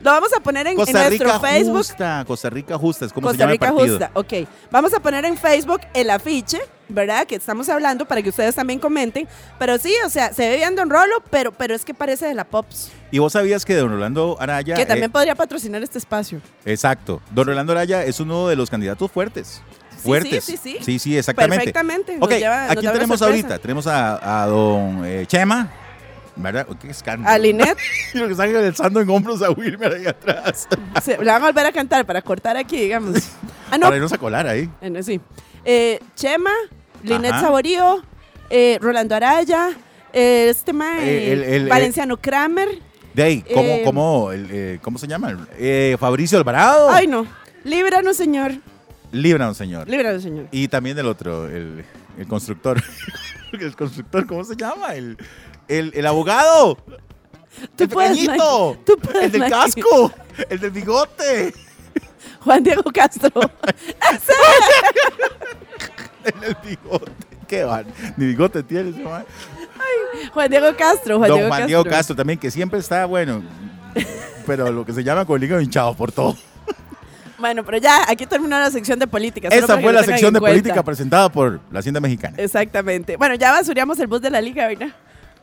S3: Lo vamos a poner en, en
S2: Costa
S3: nuestro
S2: Rica
S3: Facebook.
S2: justa, Costa Rica justa, es como se
S3: Costa
S2: llama el
S3: Rica
S2: partido.
S3: Justa. Ok. Vamos a poner en Facebook el afiche, ¿verdad? Que estamos hablando para que ustedes también comenten. Pero sí, o sea, se ve bien Don Rolo, pero, pero es que parece de la Pops.
S2: Y vos sabías que Don Rolando Araya,
S3: que
S2: eh,
S3: también podría patrocinar este espacio.
S2: exacto, Don Rolando Araya es uno de los candidatos fuertes. Fuertes.
S3: sí, sí.
S2: sí, exactamente.
S3: Perfectamente. nos
S2: Ok,
S3: lleva-
S2: ¿a
S3: nos
S2: quién
S3: da una
S2: tenemos
S3: sorpresa.
S2: ahorita? Tenemos a, a don eh, Chema, ¿verdad? Uy, Qué escándalo.
S3: A Linet
S2: Y lo que están alzando en hombros a Wilmer ahí atrás.
S3: se- la van a volver a cantar para cortar aquí, digamos. Ah, no.
S2: Para irnos a colar ahí.
S3: Eh, no, sí. Eh, Chema, Linet
S2: Ajá.
S3: Saborío, eh, Rolando Araya, eh, este man,
S2: Eh, el- el-
S3: Valenciano Kramer.
S2: De ahí, ¿cómo,
S3: Eh,
S2: cómo, el, eh, ¿cómo se llama? Eh, Fabricio Alvarado.
S3: Ay, no. Líbranos, señor.
S2: Líbranos, señor.
S3: Líbranos, señor.
S2: Y también el otro, el, el constructor. el constructor, ¿cómo se llama? El, el, el abogado.
S3: Tú
S2: el
S3: puedes,
S2: pequeñito.
S3: Mike. Tú puedes,
S2: el del
S3: Mike.
S2: casco. El del bigote.
S3: Juan Diego Castro.
S2: El del bigote. Qué van. Ni bigote tiene ese man.
S3: Juan Diego Castro. Juan
S2: Don
S3: Diego
S2: Juan
S3: Castro.
S2: Diego Castro también, que siempre está, bueno, pero lo que se llama con el hígado hinchado por todo.
S3: Bueno, pero ya, aquí terminó la sección de política. solo para
S2: Esta
S3: que
S2: fue
S3: lo
S2: la
S3: tengan
S2: sección
S3: en
S2: de
S3: cuenta. Eh.
S2: política presentada por la Hacienda Mexicana.
S3: Exactamente. Bueno, ya basureamos el bus de la liga, ¿verdad?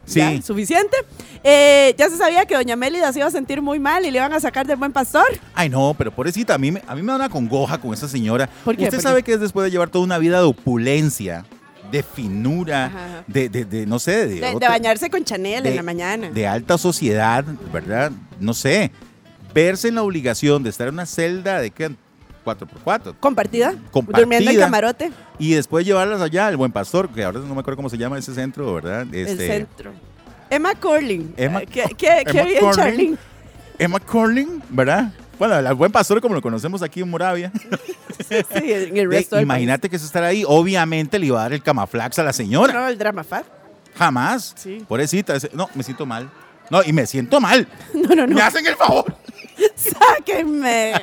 S2: Sí.
S3: Ya, suficiente. Eh, ya se sabía que doña Mélida se iba a sentir muy mal y le iban a sacar del buen pastor.
S2: Ay, no, pero pobrecita, a mí, me- a mí me da una congoja con esa señora.
S3: ¿Por qué?
S2: Usted
S3: ¿Por qué?
S2: sabe que es después de llevar toda una vida de opulencia, de
S3: Ajá,
S2: finura,
S3: ajá.
S2: de, de- de, no sé, de,
S3: De, de
S2: otra-
S3: bañarse con Chanel en
S2: de-
S3: la mañana.
S2: de alta sociedad, ¿verdad? No sé. Verse en la obligación de estar en una celda de ¿qué? 4x4
S3: Compartida.
S2: Compartida.
S3: Durmiendo en camarote.
S2: y después llevarlas allá al Buen Pastor, que ahora no me acuerdo cómo se llama ese centro, ¿verdad? Este,
S3: El centro. Emma Corling.
S2: Emma-
S3: Ah, qué, qué- qué
S2: Emma
S3: bien,
S2: Corning.
S3: Charlene.
S2: Emma Corning, ¿verdad? Bueno, el Buen Pastor como lo conocemos aquí en Moravia.
S3: Sí, sí, en el
S2: De-
S3: resto del
S2: imagínate que es estar ahí. Obviamente le iba a dar el camaflax a la
S3: país.
S2: señora.
S3: No, el drama fat.
S2: Jamás.
S3: Sí.
S2: Pobrecita. ese- No, me siento mal. No, y me siento mal.
S3: No, no, no.
S2: Me hacen el favor.
S3: ¡Sáquenme!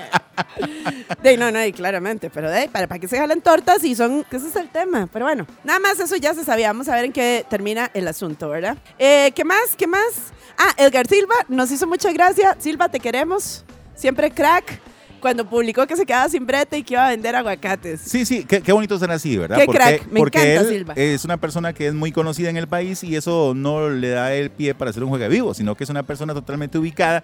S3: De, no, no, y claramente, pero de, para, para que se jalen tortas y son, que ese es el tema. Pero bueno, nada más eso ya se sabía. Vamos a ver en qué termina el asunto, ¿verdad? Eh, ¿Qué más? ¿Qué más? Ah, Edgar Silva nos hizo mucha gracia. Silva, te queremos. Siempre crack. Cuando publicó que se quedaba sin brete y que iba a vender aguacates.
S2: Sí, sí, qué, qué bonito ser así, ¿verdad?
S3: Qué crack, me
S2: porque
S3: encanta,
S2: él
S3: Silva.
S2: es una persona que es muy conocida en el país y eso no le da el pie para ser un juega vivo, sino que es una persona totalmente ubicada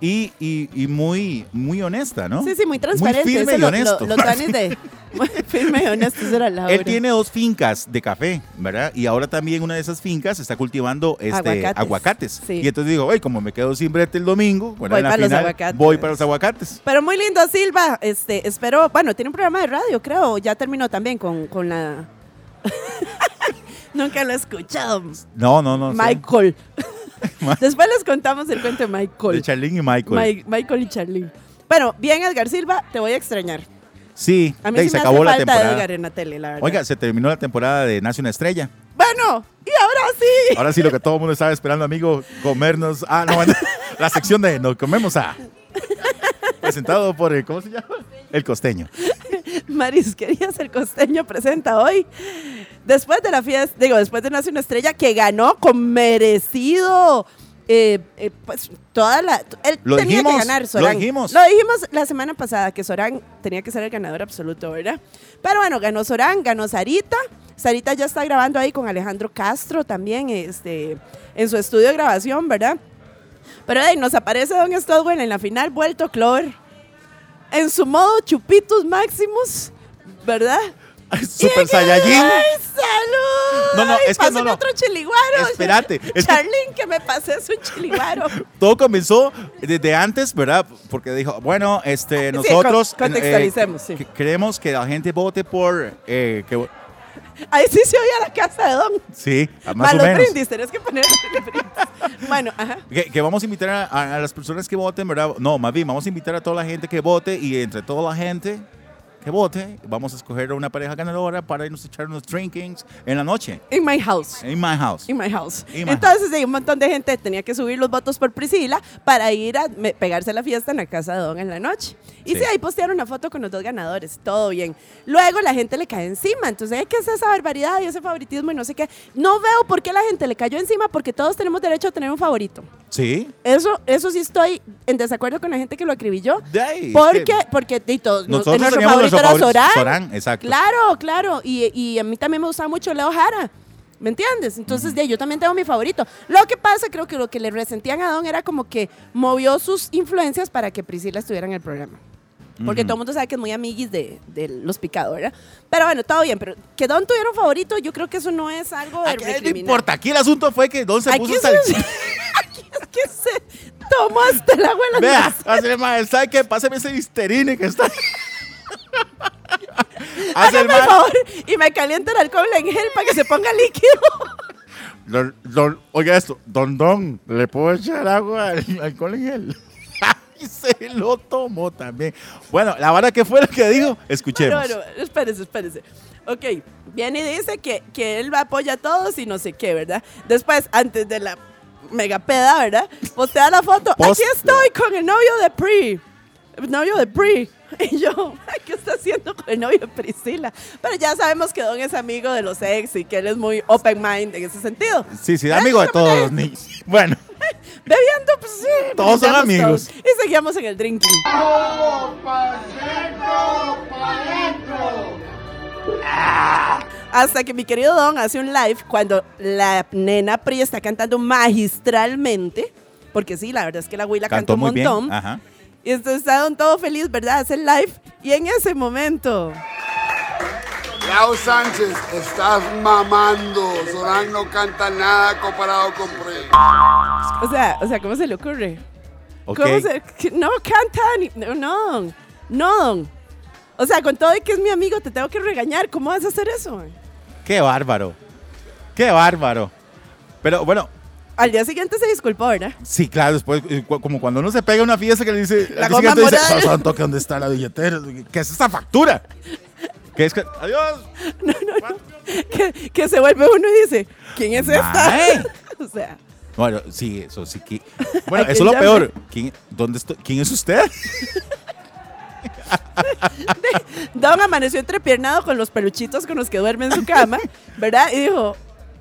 S2: y, y- y muy, muy honesta, ¿no?
S3: Sí, sí, muy transparente.
S2: firme
S3: Eso
S2: y
S3: lo-
S2: honesto.
S3: Lo, lo tanis de. Muy firme y honesto, eso era la
S2: Él
S3: obra.
S2: tiene dos fincas de café, ¿verdad? Y ahora también una de esas fincas está cultivando este,
S3: Aguacates.
S2: aguacates.
S3: Sí.
S2: Y entonces digo, oye, como me quedo sin brete el domingo, bueno,
S3: Voy
S2: en la
S3: para los
S2: final,
S3: aguacates".
S2: voy para los aguacates.
S3: Pero muy lindo, Silva. Este, espero, bueno, tiene un programa de radio, creo. Ya terminó también con, con la. Nunca lo he escuchado.
S2: No, no, no. sí.
S3: Michael.
S2: Ma-
S3: Después les contamos el cuento de Michael.
S2: De Charlene y Michael.
S3: Mi- Michael y Charlie. Bueno, bien, Edgar Silva, te voy a extrañar.
S2: sí,
S3: A mí
S2: de ahí
S3: sí
S2: se
S3: me
S2: acabó
S3: hace
S2: la
S3: falta Edgar
S2: temporada.
S3: en la tele, la verdad.
S2: Oiga, se terminó la temporada de Nace una Estrella.
S3: Bueno, y ahora sí.
S2: Ahora sí, lo que todo el mundo estaba esperando, amigo, comernos. Ah, no, la sección de Nos comemos a. Presentado por, el- ¿cómo se llama? El costeño.
S3: Marisquerías El Costeño presenta hoy, después de la fiesta, digo, después de Nace una Estrella, que ganó con merecido. eh, eh, pues toda la. t- Él
S2: Lo
S3: tenía que
S2: dijimos,
S3: ganar,
S2: lo
S3: Során.
S2: dijimos.
S3: Lo dijimos la semana pasada, que Során tenía que ser el ganador absoluto, ¿verdad? Pero bueno, ganó Során, ganó Sarita. Sarita ya está grabando ahí con Alejandro Castro también, este, en su estudio de grabación, ¿verdad? Pero ahí nos aparece Don Stodwell en la final, vuelto Clover. En su modo chupitos máximos, ¿verdad?
S2: Super
S3: Y-
S2: Saiyajin.
S3: ¡Ay, salud!
S2: No, no,
S3: Ay,
S2: es que no,
S3: pásenme
S2: no.
S3: otro chiliguaro.
S2: Espérate, es que-
S3: Charlene, que... me pases un chiliguaro.
S2: Todo comenzó desde antes, ¿verdad? Porque dijo, bueno, este,
S3: Sí,
S2: nosotros eh,
S3: con- contextualicemos, sí.
S2: que- queremos que la gente vote por eh, que,
S3: Ahí sí se oía la casa de Don.
S2: sí, más
S3: Más
S2: o menos.
S3: brindis, tenés que poner los brindis. Bueno, ajá.
S2: Que, que vamos a invitar a, a- a las personas que voten, ¿verdad? No, más bien, vamos a invitar a toda la gente que vote y entre toda la gente que vote. Vamos a escoger a una pareja ganadora para irnos a echar unos drinkings en la noche.
S3: In my house.
S2: En my house.
S3: In my house.
S2: In my
S3: Entonces, hay un montón de gente tenía que subir los votos por Priscila para ir a me- pegarse la fiesta en la casa de Don en la noche. Y
S2: Sí.
S3: sí. ahí postearon una foto con los dos ganadores, todo bien. Luego la gente le cae encima, entonces es que es esa barbaridad y ese favoritismo y no sé qué. No veo por qué la gente le cayó encima porque todos tenemos derecho a tener un favorito.
S2: Sí.
S3: Eso, eso sí estoy en desacuerdo con la gente que lo acribilló.
S2: De ahí, es
S3: Porque,
S2: que
S3: porque de todos,
S2: nosotros
S3: nuestro
S2: teníamos nuestro
S3: favorito era
S2: favorito
S3: Során.
S2: Során, exacto.
S3: Claro, claro. Y, y a mí también me gustaba mucho Leo Jara. ¿Me entiendes? Entonces, de, ahí, yo también tengo mi favorito. Lo que pasa, creo que lo que le resentían a Don era como que movió sus influencias para que Priscila estuviera en el programa. Porque
S2: Ujú.
S3: todo el mundo sabe que es muy amiguis de, de los picados, ¿verdad? Pero bueno, todo bien. Pero que Don tuviera un favorito, yo creo que eso no es algo de
S2: Aquí no
S3: recriminar.
S2: Ah, importa. Aquí el asunto fue que Don se
S3: Aquí
S2: puso
S3: se-
S2: hasta el-
S3: aquí es que se tomó hasta el agua de las
S2: Vea,
S3: manos.
S2: hace el mae, ¿sabe qué? Pásame ese listerine que está. hace el
S3: Por
S2: mae,
S3: favor, y me calienta el alcohol en gel para que se ponga líquido.
S2: Don- don- oiga esto, don Don, ¿le puedo echar agua al alcohol en gel? y se lo tomó también. Bueno, la verdad, ¿qué fue lo que dijo? Escuchemos.
S3: No, no, espérese, espérese. Ok, viene y dice que, que él va a apoyar a todos y no sé qué, ¿verdad? Después, antes de la mega peda, ¿verdad? Postea la foto.
S2: Post-
S3: Aquí estoy con el novio de Pri. El novio de Pri. Y yo, "Ay, ¿qué está haciendo con el novio de Priscila? Pero ya sabemos que Don es amigo de los ex y que él es muy open mind en ese sentido.
S2: Sí, sí, amigo de todos los niños. Bueno,
S3: Bebiendo, pues sí.
S2: Todos son amigos.
S3: brindamos todos. Y seguíamos en el drinking. Hasta que mi querido Don hace un live cuando la nena Pri está cantando magistralmente. Porque sí, la verdad es que la Huila
S2: cantó
S3: cantó, un
S2: muy bien.
S3: montón.
S2: Ajá.
S3: Y entonces está Don todo feliz, ¿verdad? Hace el live. Y en ese momento.
S5: Lau Sánchez, estás mamando. Során no canta nada comparado con Pre.
S3: O sea, o sea, ¿cómo se le ocurre?
S2: Ok.
S3: ¿Cómo se- que No canta ni- No, no, no, don. O sea, con todo de que es mi amigo, te tengo que regañar. ¿Cómo vas a hacer eso?
S2: Qué bárbaro. Qué bárbaro. Pero bueno,
S3: Al día siguiente se disculpó, ¿verdad?
S2: Sí, claro, después, eh, cu- como cuando uno se pega una fiesta que le dice,
S3: La
S2: al día
S3: goma
S2: siguiente dice,
S3: moral.
S2: "Pasó un toque ¿dónde está la billetera? ¿Qué es esta factura? ¿Qué es que, adiós?
S3: Que, que se vuelve uno y dice, ¿quién es esta?
S2: Mae.
S3: o sea,
S2: Bueno, sí, eso sí que. Bueno,
S3: ¿A
S2: eso es lo
S3: quién
S2: peor. ¿Quién, dónde estoy? ¿Quién es usted?
S3: Don amaneció entrepiernado con los peluchitos con los que duerme en su cama, ¿verdad? Y dijo,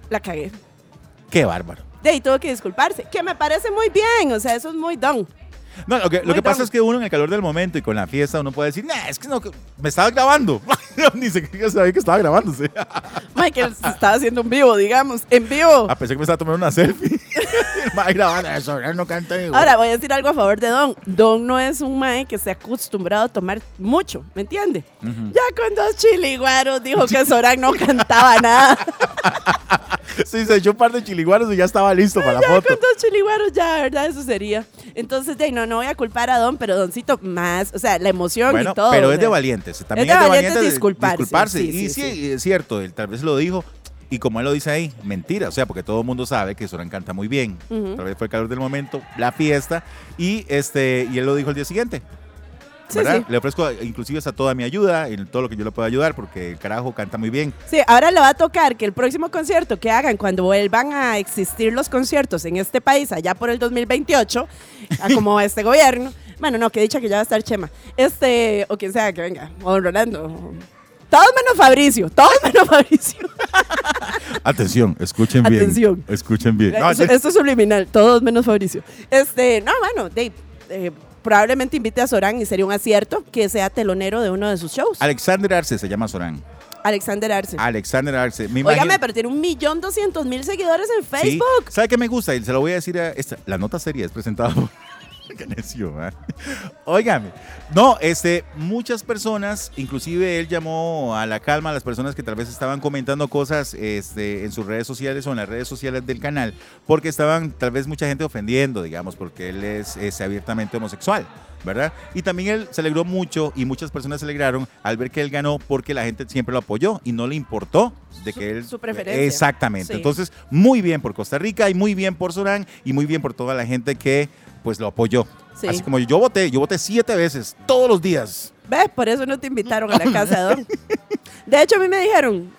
S3: la cagué.
S2: Qué bárbaro.
S3: De ahí tuvo que disculparse, que me parece muy bien, o sea, eso es muy don.
S2: No, lo que, lo
S3: Muy
S2: que pasa
S3: down.
S2: es que uno en el calor del momento y con la fiesta uno puede decir, nah, es que no, que me estaba grabando. Ni siquiera sabía que estaba grabándose.
S3: Michael se estaba haciendo un vivo, digamos, en vivo.
S2: A pesar que me estaba tomando una selfie. El mae grabando eso, no canta igual.
S3: Ahora voy a decir algo a favor de Don. Don no es un mae que se ha acostumbrado a tomar mucho, ¿me entiende? Ya con dos chiliguaros dijo que Során no cantaba nada.
S2: Sí, se echó un par de chiliguaros y ya estaba listo para la
S3: ya
S2: foto.
S3: con dos chiliguaros ya, ¿verdad? Eso sería. Entonces, de, ahí, no, no voy a culpar a Don, pero Doncito más, o sea, la emoción
S2: Bueno,
S3: y todo.
S2: pero
S3: o
S2: es de
S3: sea.
S2: valientes. También
S3: de
S2: es de
S3: valientes
S2: valientes de-
S3: disculparse,
S2: disculparse.
S3: sí,
S2: y sí,
S3: sí,
S2: es cierto, él tal vez lo dijo. Y como él lo dice ahí, mentira. O sea, porque todo el mundo sabe que Során canta muy bien.
S3: Ujú.
S2: Tal vez fue el calor del momento, la fiesta. Y este y él lo dijo el día siguiente.
S3: Sí,
S2: ¿verdad?
S3: sí.
S2: Le ofrezco eh, inclusive hasta toda mi ayuda, en todo lo que yo le pueda ayudar, porque el carajo canta muy bien.
S3: Sí, ahora le va a tocar que el próximo concierto que hagan cuando vuelvan a existir los conciertos en este país, allá por el 2028, a como va este gobierno. Bueno, no, que dicha que ya va a estar Chema. Este, o quien sea que venga, o don Rolando. o- Todos menos Fabricio, todos menos Fabricio.
S2: Atención, escuchen bien.
S3: Atención. Eh,
S2: Escuchen bien. No,
S3: Eso-
S2: ya-
S3: esto es subliminal, todos menos Fabricio. Este, no, bueno, Dave, eh, probablemente invite a Során y sería un acierto que sea telonero de uno de sus shows.
S2: Alexander Arce se llama Során.
S3: Alexander Arce.
S2: Alexander Arce. Ah, Me
S3: Óigame,
S2: imagino-
S3: pero tiene un millón doscientos mil seguidores en
S2: Sí.
S3: Facebook.
S2: ¿Sabe qué me gusta? Y se lo voy a decir a esta. La nota seria es presentada por. Qué necio, ¿verdad? Óigame. No, este, muchas personas, inclusive él llamó a la calma a las personas que tal vez estaban comentando cosas este, en sus redes sociales o en las redes sociales del canal, porque estaban tal vez mucha gente ofendiendo, digamos, porque él es, es abiertamente homosexual, ¿verdad? Y también él se alegró mucho y muchas personas se alegraron al ver que él ganó porque la gente siempre lo apoyó y no le importó de
S3: Su-
S2: que él...
S3: su preferencia.
S2: Exactamente.
S3: Sí.
S2: Entonces, entonces, muy bien por Costa Rica y muy bien por Során y muy bien por toda la gente que pues lo apoyó.
S3: Sí.
S2: Así como yo voté, yo voté siete veces, todos los días.
S3: ¿Ves? Por eso no te invitaron a la casa, Don. De hecho, a mí me dijeron,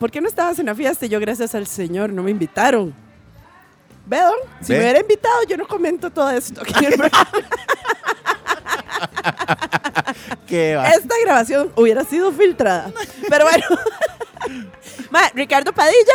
S3: ¿por qué no estabas en la fiesta? Y yo, gracias al Señor, no me invitaron. ¿Ve, Don? Si
S2: Ve.
S3: me hubiera invitado, yo no comento todo esto. aquí en el programa.
S2: ¿Qué va?
S3: Esta grabación hubiera sido filtrada. Pero bueno. Ma, Ricardo Padilla.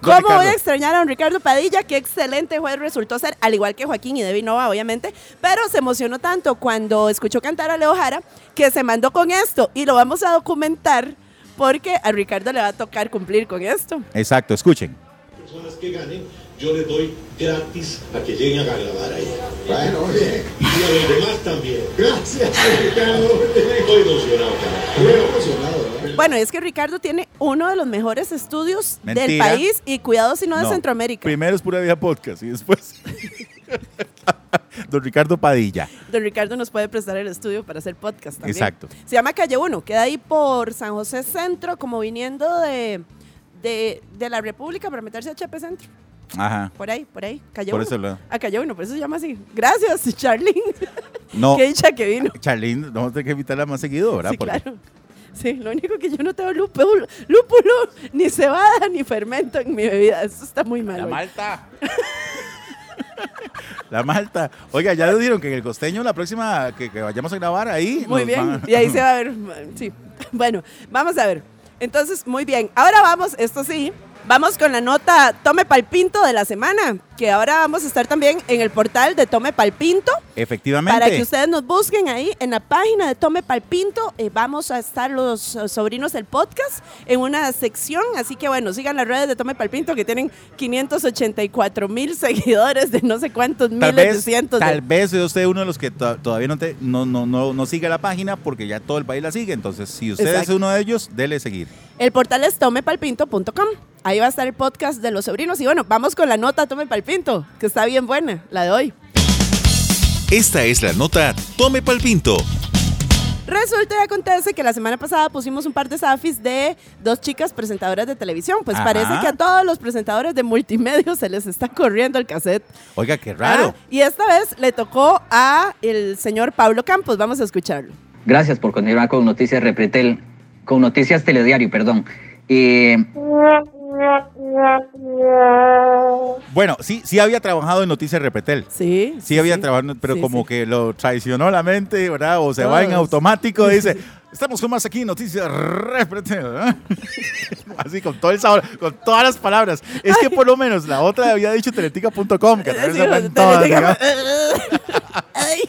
S2: Don
S3: ¿Cómo
S2: Ricardo.
S3: voy a extrañar a don Ricardo Padilla? Qué excelente juez resultó ser, al igual que Joaquín y Debbie Nova, obviamente. Pero se emocionó tanto cuando escuchó cantar a Leo Jara que se mandó con esto. Y lo vamos a documentar porque a Ricardo le va a tocar cumplir con esto.
S2: Exacto, escuchen.
S6: personas que ganen, yo les doy gratis a que lleguen a grabar ahí.
S5: Bueno, bien.
S6: Y a los demás también.
S5: Gracias, Ricardo.
S6: Estoy emocionado, cara.
S5: Muy emocionado, ¿eh?
S3: Bueno, es que Ricardo tiene uno de los mejores estudios del
S2: Mentira.
S3: país y cuidado si no de
S2: No.
S3: Centroamérica.
S2: Primero es Pura Vida Podcast y después... Don Ricardo Padilla.
S3: Don Ricardo nos puede prestar el estudio para hacer podcast también.
S2: Exacto.
S3: Se llama Calle 1, queda ahí por San José Centro, como viniendo de, de, de la República para meterse a Chepe Centro.
S2: Ajá.
S3: Por ahí, por ahí, Calle
S2: Por
S3: 1.
S2: ese lado.
S3: A Calle 1, por eso se llama así. Gracias, Charlene.
S2: No,
S3: Qué dicha que vino.
S2: Charlene, vamos a tener que invitarla más seguido, ¿verdad?
S3: Sí,
S2: Porque-
S3: claro. Sí, lo único que yo no tengo lúpulo, lúpulo, ni cebada, ni fermento en mi bebida. Eso está muy mal. hoy.
S2: malta. La malta. Oiga, ya lo dieron que en el costeño la próxima que, que vayamos a grabar ahí.
S3: Muy
S2: nos
S3: bien.
S2: van a-
S3: Y ahí se va a ver. Sí. Bueno, vamos a ver. Entonces, muy bien. Ahora vamos, esto sí. Vamos con la nota Tome Palpinto de la semana, que ahora vamos a estar también en el portal de Tome Palpinto.
S2: Efectivamente.
S3: Para que ustedes nos busquen ahí en la página de Tome Palpinto, eh, vamos a estar los eh, sobrinos del podcast en una sección. Así que bueno, sigan las redes de Tome Palpinto que tienen 584 mil seguidores de no sé cuántos
S2: Tal
S3: miles de
S2: vez,
S3: cientos. de-
S2: tal vez sea usted uno de los que to- todavía no, te- no, no, no, no sigue la página porque ya todo el país la sigue. Entonces, si usted
S3: Exacto.
S2: es uno de ellos, dele seguir.
S3: El portal es tomepalpinto.com. Ahí va a estar el podcast de los sobrinos. Y bueno, vamos con la nota Tome Palpinto, que está bien buena, la de hoy.
S1: Esta es la nota Tome Palpinto.
S3: Resulta y acontece que la semana pasada pusimos un par de safis de dos chicas presentadoras de televisión. Pues
S2: Ajá.
S3: parece que a todos los presentadores de multimedia se les está corriendo el cassette.
S2: Oiga, qué raro.
S3: Ah, y esta vez le tocó a el señor Pablo Campos. Vamos a escucharlo.
S7: Gracias por continuar con Noticias Repretel, con Noticias Telediario, perdón. Eh,
S2: Bueno, sí, sí había trabajado en Noticias Repetel.
S3: Sí.
S2: Sí había trabajado, pero
S3: Sí,
S2: como
S3: sí.
S2: que lo traicionó la mente, ¿verdad? O se va en
S3: Todos.
S2: automático y dice, estamos con más aquí, en noticias. Repretel", ¿verdad? Así con todo el sabor, con todas las palabras. Es que por lo menos la otra había dicho teletica.com, que tal vez
S3: Sí,
S2: hablan
S3: bueno,
S2: todas,
S3: te- te-
S2: ¿verdad?
S3: Ay.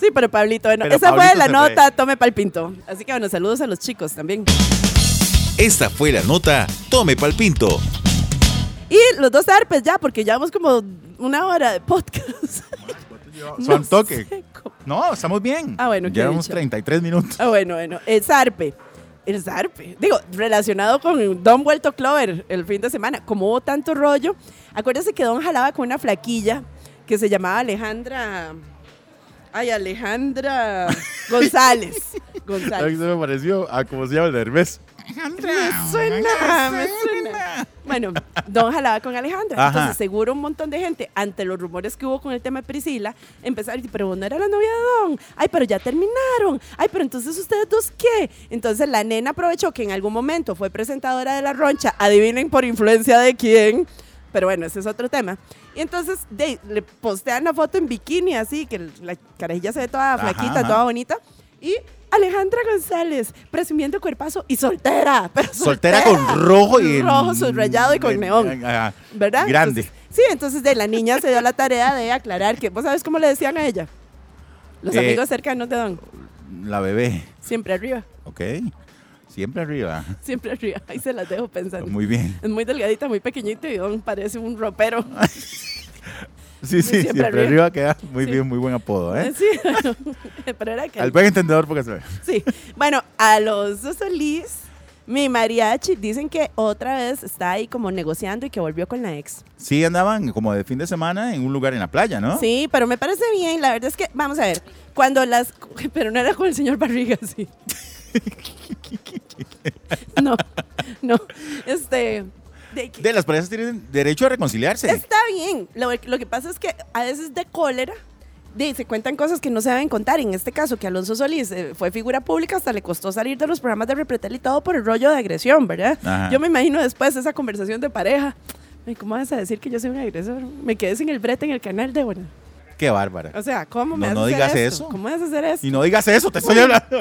S3: Sí, pero Pablito, bueno,
S2: Pero
S3: esa
S2: Pablito
S3: fue la
S2: se
S3: nota, tome palpinto. Así que bueno, saludos a los chicos también.
S1: Esta fue la nota Tome Palpinto.
S3: Y los dos arpes ya, porque llevamos como una hora de podcast.
S2: Son
S3: No
S2: toque.
S3: sé cómo.
S2: No, estamos bien.
S3: Ah, bueno, qué
S2: Llevamos
S3: dicha.
S2: 33 minutos.
S3: Ah, bueno, bueno, el zarpe. El zarpe. Digo, relacionado con Don Vuelto Clover el fin de semana. Como hubo tanto rollo, acuérdense que Don jalaba con una flaquilla que se llamaba Alejandra. Ay, Alejandra González.
S2: ¿Sabes
S3: González.
S2: qué se me pareció? Ah, como se llama el de Hermes. Ah,
S3: Me suena, me suena. Bueno, Don jalaba con Alejandra.
S2: Ajá.
S3: Entonces, seguro un montón de gente, ante los rumores que hubo con el tema de Priscila, empezaron a decir, pero vos no era la novia de Don. Ay, pero ya terminaron. Ay, pero entonces ustedes dos qué. Entonces, la nena aprovechó que en algún momento fue presentadora de La Roncha. Adivinen por influencia de quién. Pero bueno, ese es otro tema. Y entonces de- le postean la foto en bikini, así, que la carajilla se ve toda
S2: Ajá,
S3: flaquita,
S2: ajá.
S3: toda bonita. Y Alejandra González, presumiendo cuerpazo y soltera. pero
S2: Soltera con rojo y.
S3: Rojo, subrayado y con neón.
S2: Ajá.
S3: ¿Verdad?
S2: Grande.
S3: Entonces- sí, entonces de la niña se dio la tarea de aclarar que, ¿vos sabes cómo le decían a ella? Los
S2: Eh,
S3: amigos cercanos de Don.
S2: La bebé.
S3: Siempre arriba,
S2: Ok. Siempre arriba.
S3: siempre arriba. Ahí se las dejo pensando.
S2: Muy bien.
S3: es muy delgadita, muy pequeñita y Don parece un ropero.
S2: Sí, sí, siempre,
S3: siempre
S2: arriba.
S3: arriba.
S2: queda muy
S3: Sí.
S2: bien, muy buen apodo, ¿eh?
S3: Sí, pero era que...
S2: Al buen entendedor porque se ve.
S3: Sí. Bueno, a los dos Solís, mi mariachi, dicen que otra vez está ahí como negociando y que volvió con la ex.
S2: Sí, andaban como de fin de semana en un lugar en la playa, ¿no?
S3: Sí, pero me parece bien. La verdad es que, vamos a ver, cuando las. Pero no era con el señor Barriga, sí. No, no. Este. de que-
S2: De las parejas tienen derecho a reconciliarse.
S3: Está bien. Lo, lo que pasa es que a veces de cólera de- se cuentan cosas que no se deben contar. En este caso, que Alonso Solís eh, fue figura pública, hasta le costó salir de los programas de Repretel y todo por el rollo de agresión, ¿verdad?
S2: Ajá.
S3: Yo me imagino después esa conversación de pareja. Ay, ¿Cómo vas a decir que yo soy un agresor? Me quedé sin el brete en el canal de bueno.
S2: Qué bárbara.
S3: O sea, ¿cómo me
S2: No,
S3: vas
S2: no
S3: a hacer
S2: digas
S3: esto?
S2: eso.
S3: ¿Cómo vas a hacer esto?
S2: Y no digas eso, te estoy hablando.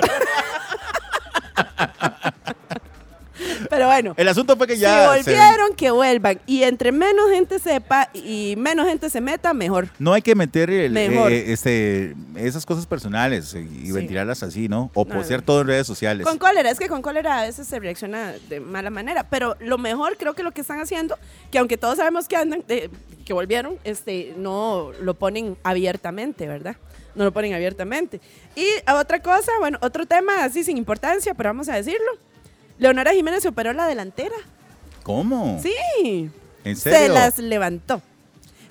S3: Pero bueno.
S2: El asunto fue que ya.
S3: si
S2: se-
S3: volvieron, que vuelvan. Y entre menos gente sepa y menos gente se meta, mejor.
S2: No hay que meter el-
S3: Mejor.
S2: eh, este, esas cosas personales y, y
S3: Sí.
S2: ventilarlas así, ¿no? O
S3: No,
S2: postear
S3: no.
S2: todo en redes sociales.
S3: Con cólera, es que con cólera a veces se reacciona de mala manera, pero lo mejor creo que lo que están haciendo, que aunque todos sabemos que andan, de- que volvieron, este, no lo ponen abiertamente, ¿verdad? No lo ponen abiertamente. Y a otra cosa, bueno, otro tema así sin importancia, pero vamos a decirlo. Leonora Jiménez se operó la delantera.
S2: ¿Cómo?
S3: Sí.
S2: ¿En
S3: Se
S2: serio?
S3: las levantó.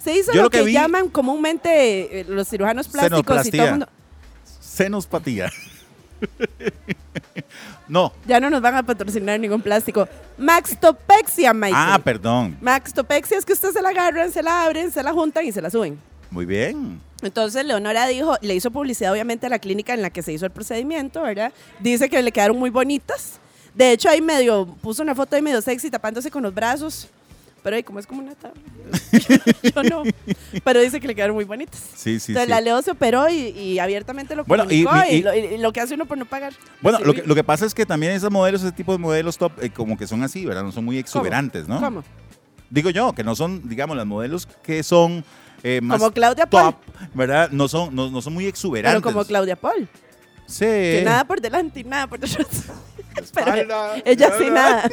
S3: Se hizo
S2: Yo
S3: lo,
S2: lo
S3: que,
S2: que vi-
S3: llaman comúnmente eh, los cirujanos plásticos y todo el
S2: Xenoplastía.
S3: mundo.
S2: Senospatía. no.
S3: Ya no nos van a patrocinar ningún plástico. Maxtopexia, Michael.
S2: Ah, perdón.
S3: Maxtopexia es que ustedes se la agarran, se la abren, se la juntan y se la suben.
S2: Muy bien.
S3: Entonces Leonora dijo, le hizo publicidad obviamente a la clínica en la que se hizo el procedimiento, ¿verdad? Dice que le quedaron muy bonitas. De hecho, ahí medio, puso una foto ahí medio sexy tapándose con los brazos. Pero ahí como es como una tabla. Yo no. Pero dice que le quedaron muy bonitas.
S2: Sí, sí,
S3: Entonces
S2: sí.
S3: la Leo se operó y, y abiertamente lo
S2: Bueno, y-
S3: comunicó y,
S2: y-
S3: lo, y lo que hace uno por no pagar.
S2: Bueno, lo que,
S3: Recibir.
S2: lo que pasa es que también esos modelos, ese tipo de modelos top, eh, como que son así, ¿verdad? No son muy exuberantes, ¿no?
S3: ¿Cómo?
S2: Digo yo, que no son, digamos, los modelos que son eh, más
S3: Como Claudia
S2: top, ¿verdad? No son, no, no son muy
S3: Pero
S2: exuberantes.
S3: como Claudia Paul.
S2: Sí.
S3: Que nada por delante y nada por detrás. Pero
S2: Espalda,
S3: ella sí nada.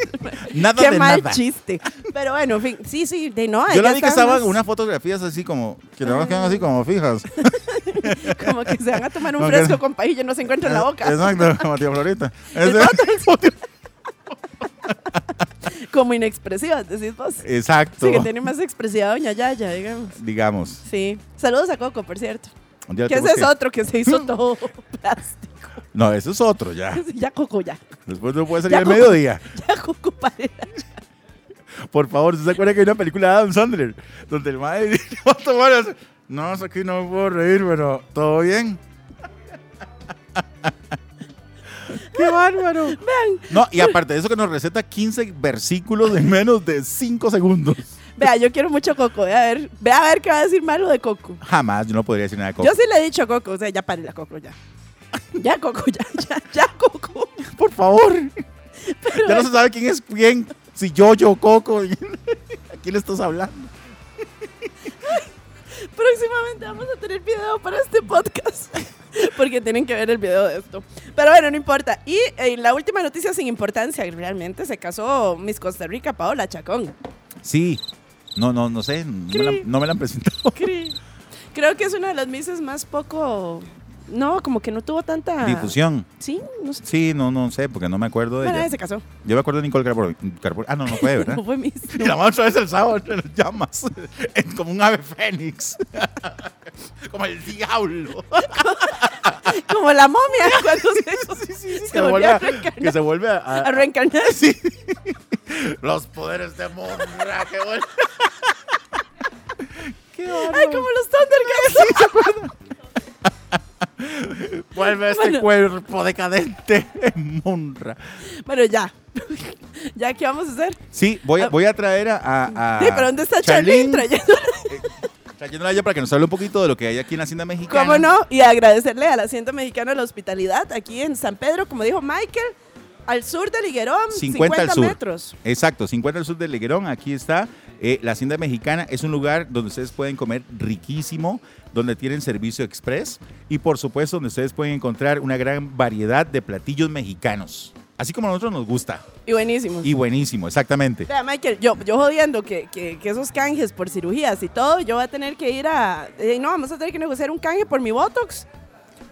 S2: Nada
S3: Qué
S2: de
S3: mal
S2: nada.
S3: chiste. Pero bueno, en fin, sí, sí, de no.
S2: Yo
S3: ella
S2: la vi que
S3: estaba
S2: estaban
S3: más
S2: unas fotografías así como, que nada más quedan así como fijas.
S3: Como que se van a tomar un
S2: Como que- Eh,
S3: fresco con país y no se encuentra en la boca.
S2: Exacto, como tía Florita.
S3: El
S2: Ese-
S3: Como inexpresiva, decís vos.
S2: Exacto.
S3: Sí, que tiene más expresiva Doña Yaya, digamos.
S2: Digamos.
S3: Sí. Saludos a Coco, por cierto.
S2: un día
S3: Que
S2: te
S3: ese es
S2: busqué.
S3: otro que se hizo todo plástico.
S2: No, eso es otro ya.
S3: Ya Coco, ya.
S2: Después no puede salir
S3: Ya
S2: al
S3: como-
S2: mediodía.
S3: Ya Coco, pare.
S2: Por favor, ¿se acuerdan que hay una película de Adam Sandler? Donde el madre dice, "Va a tomar así". No, es aquí no me puedo reír, pero ¿todo bien? ¡Qué bárbaro! No, y aparte de eso que nos receta 15 versículos en menos de 5 segundos.
S3: Vea, yo quiero mucho a Coco. Ve a ver, ve a ver qué va a decir malo de Coco.
S2: Jamás, yo no podría decir nada de Coco.
S3: Yo sí le he dicho a Coco, o sea, ya pare la Coco, ya. Ya, Coco, ya, ya, ya, Coco.
S2: Por favor. ya no se sabe quién es quién. Si yo, yo, Coco. ¿A quién le estás hablando?
S3: Próximamente vamos a tener video para este podcast. Porque tienen que ver el video de esto. Pero bueno, no importa. Y eh, la última noticia sin importancia, realmente se casó Miss Costa Rica, Paola Chacón.
S2: Sí. No, no, no sé. No me, la, no me la han presentado.
S3: Cri. Creo que es una de las misses más poco. No, como que no tuvo
S2: Ah.
S3: tanta.
S2: Difusión.
S3: Sí, no sé.
S2: Sí, no, no sé, porque no me acuerdo de
S3: Bueno,
S2: ella.
S3: nadie se casó.
S2: Yo me acuerdo de Nicole Carbón. Ah, no, no fue, ¿verdad?
S3: No fue Miss.
S2: Y la mano otra vez el sábado entre las llamas. Es como un ave fénix. como el diablo.
S3: Como la momia cuando se, se
S2: que,
S3: volvió
S2: vuelve
S3: a
S2: a,
S3: reencarnar.
S2: que se vuelve a, a-
S3: a reencarnar.
S2: Los poderes de Monra. Que vuelve. Qué
S3: Ay,
S2: bárbaro.
S3: como los Thundercats.
S2: Vuelve este
S3: Bueno.
S2: cuerpo decadente en Monra.
S3: Bueno, ya. ¿Ya qué vamos a hacer?
S2: Sí, voy, a- voy a traer a. a- a
S3: Ah. Sí, pero ¿dónde está
S2: Charlene?
S3: Charlene trayendo?
S2: Trayéndola a ella para que nos hable un poquito de lo que hay aquí en la Hacienda Mexicana.
S3: ¿Cómo no? Y agradecerle a la Hacienda Mexicana la hospitalidad aquí en San Pedro, como dijo Michael, al sur de Liguerón, 50,
S2: 50 al sur.
S3: metros.
S2: Exacto, 50 al sur del Leguerón, aquí está. eh, la Hacienda Mexicana es un lugar donde ustedes pueden comer riquísimo, donde tienen servicio express y por supuesto donde ustedes pueden encontrar una gran variedad de platillos mexicanos. Así como a nosotros nos gusta.
S3: Y buenísimo.
S2: Y buenísimo, exactamente.
S3: Vea, Michael, yo, yo jodiendo que, que- que esos canjes por cirugías y todo, yo voy a tener que ir a... eh, no, vamos a tener que negociar un canje por mi Botox.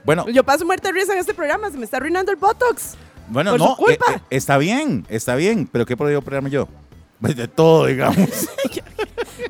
S2: Bueno,
S3: Oh. Yo paso muerte de risa en este programa, se me está arruinando el Botox.
S2: bueno,
S3: por su
S2: no, eh,
S3: culpa.
S2: eh, está bien, está bien, pero ¿qué podría operarme yo? Pues de todo, digamos.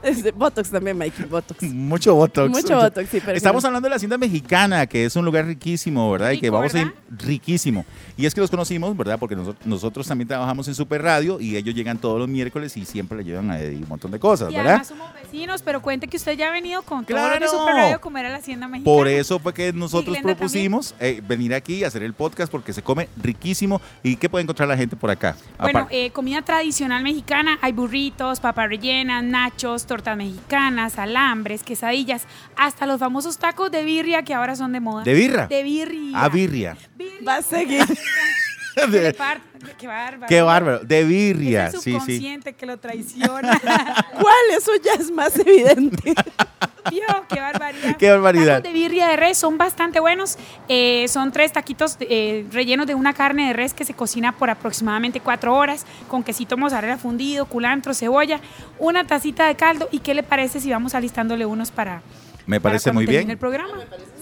S3: Este, Botox también, Mikey, Botox.
S2: Mucho Botox.
S3: Mucho Botox, sí, pero
S2: Estamos
S3: claro.
S2: hablando de la hacienda mexicana, que es un lugar riquísimo, ¿verdad? y que
S8: Rico,
S2: vamos a ir
S8: ¿verdad?
S2: riquísimo. Y es que los conocimos, ¿verdad? Porque noso- nosotros también trabajamos en Super Radio y ellos llegan todos los miércoles y siempre le llevan a Eddie un montón de cosas,
S8: Y
S2: ¿verdad?
S8: además somos vecinos, pero cuente que usted ya ha venido con todo
S2: ¡Claro!
S8: lo de Super Radio a comer a la Hacienda Mexicana.
S2: Por eso fue que nosotros
S8: Glenda
S2: propusimos eh, venir aquí a hacer el podcast porque se come riquísimo. ¿Y qué puede encontrar la gente por acá?
S8: Bueno,
S2: Apar-
S8: eh, comida tradicional mexicana, hay burritos, papas rellenas, nachos, tortas mexicanas, alambres, quesadillas, hasta los famosos tacos de birria que ahora son de moda.
S2: ¿De birra?
S8: De birria.
S2: a birria.
S8: Birria.
S3: Va a seguir.
S8: Qué
S2: De-
S8: par- Qué bárbaro.
S2: qué bárbaro. De birria,
S8: Ese
S2: sí, sí.
S8: subconsciente que lo traiciona.
S3: ¿Cuál? Eso ya es más evidente.
S8: Vio, qué barbaridad.
S2: Qué barbaridad.
S8: Tacos de birria de res son bastante buenos. Eh, son tres taquitos eh, rellenos de una carne de res que se cocina por aproximadamente cuatro horas con quesito mozzarella fundido, culantro, cebolla, una tacita de caldo. ¿Y qué le parece si vamos alistándole unos para
S2: Me
S8: para
S2: parece
S8: cuando
S2: muy
S8: termine
S2: bien.
S8: el programa?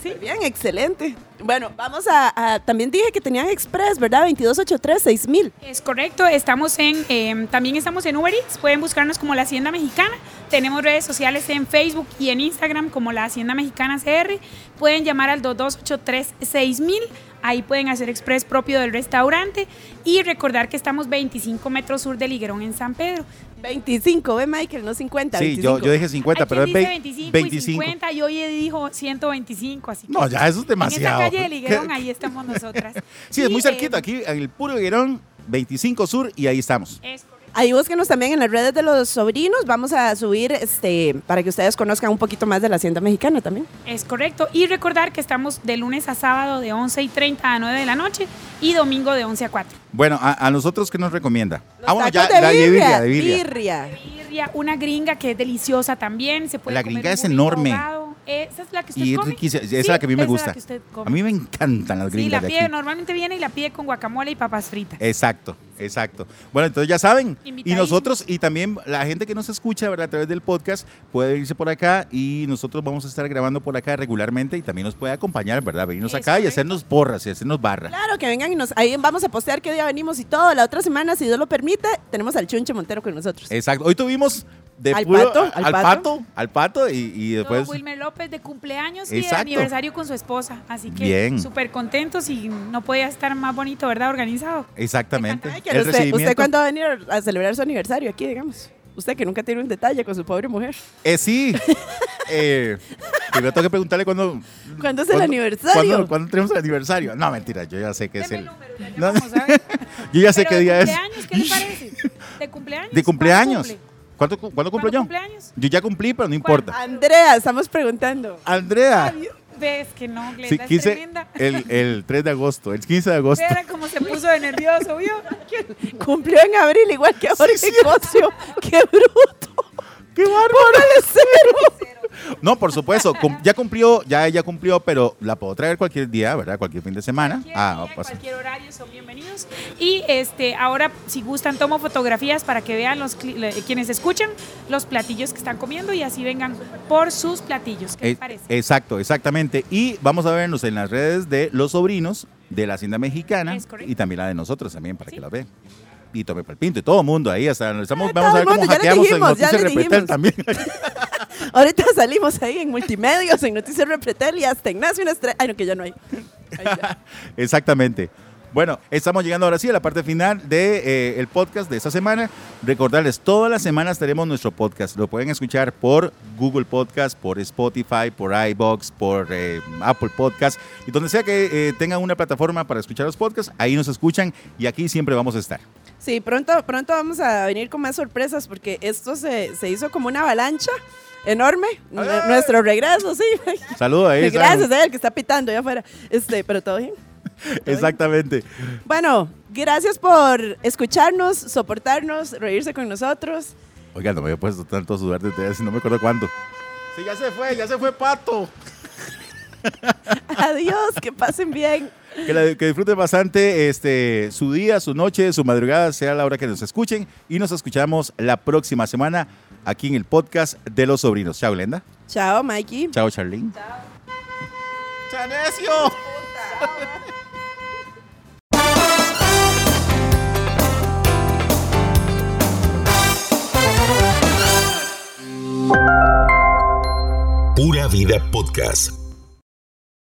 S8: Sí.
S3: Bien, excelente. Bueno, vamos a, a- También dije que tenían Express, ¿verdad? 2283-6000.
S8: Es correcto, estamos en, eh, también estamos en Uber Eats, pueden buscarnos como La Hacienda Mexicana, tenemos redes sociales en Facebook y en Instagram como La Hacienda Mexicana CR, pueden llamar al 2283-6000, ahí pueden hacer express propio del restaurante y recordar que estamos 25 metros sur del Higuerón en San Pedro.
S3: 25, ve Michael, no 50.
S2: Sí, yo,
S3: 25.
S2: yo dije 50,
S8: Hay
S2: pero es
S8: quien dice
S2: vei-
S8: 25, y 50 y hoy dijo 125, así que
S2: No, ya eso es demasiado.
S8: en esta calle del Higuerón ahí estamos nosotras.
S2: Sí, es
S8: Y,
S2: muy
S8: eh,
S2: cerquita, aquí en el puro Higuerón, 25 Sur, y ahí estamos.
S8: es correcto.
S3: Ahí búsquenos también en las redes de los sobrinos. Vamos a subir este para que ustedes conozcan un poquito más de la hacienda mexicana también.
S8: Es correcto. Y recordar que estamos de lunes a sábado de 11 y 30 a 9 de la noche y domingo de 11 a 4.
S2: Bueno, a, a nosotros, ¿qué nos recomienda? ah, bueno,
S3: Tacos
S2: ya, la de birria, de birria.
S3: birria.
S8: Birria, una gringa que es deliciosa también. Se puede
S2: La
S8: comer
S2: gringa
S8: un
S2: es
S8: burrito
S2: enorme.
S8: ahogado. Esa es la que usted
S2: Y es
S8: come.
S2: riquísima, esa
S8: Sí,
S2: es la que a mí me
S8: esa es
S2: gusta.
S8: que usted come.
S2: A mí me encantan las
S8: sí, la
S2: gringas de
S8: pide,
S2: aquí. Eh,
S8: normalmente viene y la pide con guacamole y papas fritas.
S2: Exacto, exacto. Bueno, entonces ya saben. Y
S8: Invitadísimos.
S2: nosotros, y también la gente que nos escucha, ¿verdad? A través del podcast, puede irse por acá y nosotros vamos a estar grabando por acá regularmente y también nos puede acompañar, ¿verdad? Venirnos
S8: Es
S2: acá y
S8: correcto.
S2: hacernos porras y hacernos barra.
S3: Claro, que vengan y nos ahí vamos a postear qué día venimos y todo. La otra semana, si Dios lo permite, tenemos al Chunche Montero con nosotros.
S2: Exacto. Hoy tuvimos de
S3: Al
S2: puro-
S3: pato, al
S2: al
S3: pato.
S2: pato, al pato y, y
S8: Don
S2: después.
S8: Wilmer López de cumpleaños y
S2: pues, Exacto.
S8: de aniversario con su esposa. Así que
S2: Bien.
S8: súper contentos y no podía estar más bonito, ¿verdad? Organizado.
S2: Exactamente.
S3: Ay, que
S2: El
S3: usted,
S2: recibimiento.
S3: ¿Usted cuándo va a venir a celebrar su aniversario aquí, digamos? Usted que nunca tiene un detalle con su pobre mujer.
S2: Eh, sí. eh, primero tengo que preguntarle cuándo.
S3: ¿Cuándo es el
S2: cuándo-
S3: aniversario?
S2: ¿cuándo, cuándo tenemos el aniversario? No, mentira, yo ya sé que es
S8: Deme
S2: el.
S8: el número, ya
S2: No,
S8: llamamos, ¿sabe?
S2: yo ya sé qué día
S8: de
S2: es.
S8: cumpleaños, ¿qué le parece? ¿De cumpleaños?
S2: De cumpleaños. ¿Cuánto,
S8: ¿Cuándo cumple?
S2: cu- ¿Cuándo cumplo
S8: ¿Cuándo
S2: yo?
S8: cumpleaños?
S2: Yo ya cumplí, pero no importa.
S3: Andrea, estamos preguntando.
S8: ah,
S2: Andrea.
S8: Ves que no, Glenda
S2: Sí,
S8: es
S2: 15,
S8: tremenda.
S2: el, el 3 de agosto, el 15 de agosto.
S8: Era como se puso de nervioso, ¿vio?
S2: Ah,
S3: Cumplió en abril, igual que Jorge
S2: cierto.
S3: Cosio. ¡Qué bruto!
S2: ¡Qué bárbaro! No, por supuesto, cum- ya cumplió, ya ella cumplió, pero la puedo traer cualquier día, ¿verdad? Cualquier fin de semana.
S8: Cualquier
S2: ah,
S8: día,
S2: pues,
S8: cualquier horario son bienvenidos. Y este, ahora, si gustan, tomo fotografías para que vean los cli- le- quienes escuchan los platillos que están comiendo y así vengan por sus platillos. ¿Qué les
S2: Eh,
S8: parece?
S2: Exacto, exactamente. Y vamos a vernos en las redes de los sobrinos de la Hacienda Mexicana
S8: Es correcto.
S2: y también la de nosotros también para
S8: Sí. Ah,
S2: que la vean. Y Tome Palpinto y todo el mundo ahí. Hasta estamos, vamos
S3: Ay, todo
S2: a
S3: el
S2: ver cómo
S3: mundo, ya les
S2: hackeamos en
S3: dijimos, ya
S2: Noticias
S3: les
S2: Repretel
S3: dijimos.
S2: también.
S3: Ahorita salimos ahí en multimedios, en Noticias Repretel y hasta en Nación Estrella. Ay, no, que ya no hay. Ay, ya.
S2: Exactamente. Bueno, estamos llegando ahora sí a la parte final del de, eh, el podcast de esta semana. Recordarles, todas las semanas tenemos nuestro podcast. Lo pueden escuchar por Google Podcast, por Spotify, por iBox, por eh, Apple Podcast. Y donde sea que eh, tengan una plataforma para escuchar los podcasts, ahí nos escuchan y aquí siempre vamos a estar.
S3: Sí, pronto, pronto vamos a venir con más sorpresas porque esto se, se hizo como una avalancha enorme. N-
S2: ¡Ay!
S3: Nuestro regreso, sí.
S2: Saludos ahí.
S3: Gracias
S2: Simon.
S3: a él que está pitando allá afuera. Este, pero todo bien.
S2: Exactamente.
S3: Bueno, gracias por escucharnos, soportarnos, reírse con nosotros.
S2: Oiga, no me había puesto tanto a sudar desde hace, no me acuerdo cuándo. Sí, ya se fue, ya se fue Pato.
S3: Adiós, que pasen bien.
S2: Que, la- que disfruten bastante este, su día, su noche, su madrugada, sea la hora que nos escuchen. Y nos escuchamos la próxima semana aquí en el podcast de los sobrinos. Chao, Glenda.
S3: Chao, Mikey.
S2: Chao, Charlene. Chao. ¡Chanecio!
S1: Pura Vida Podcast.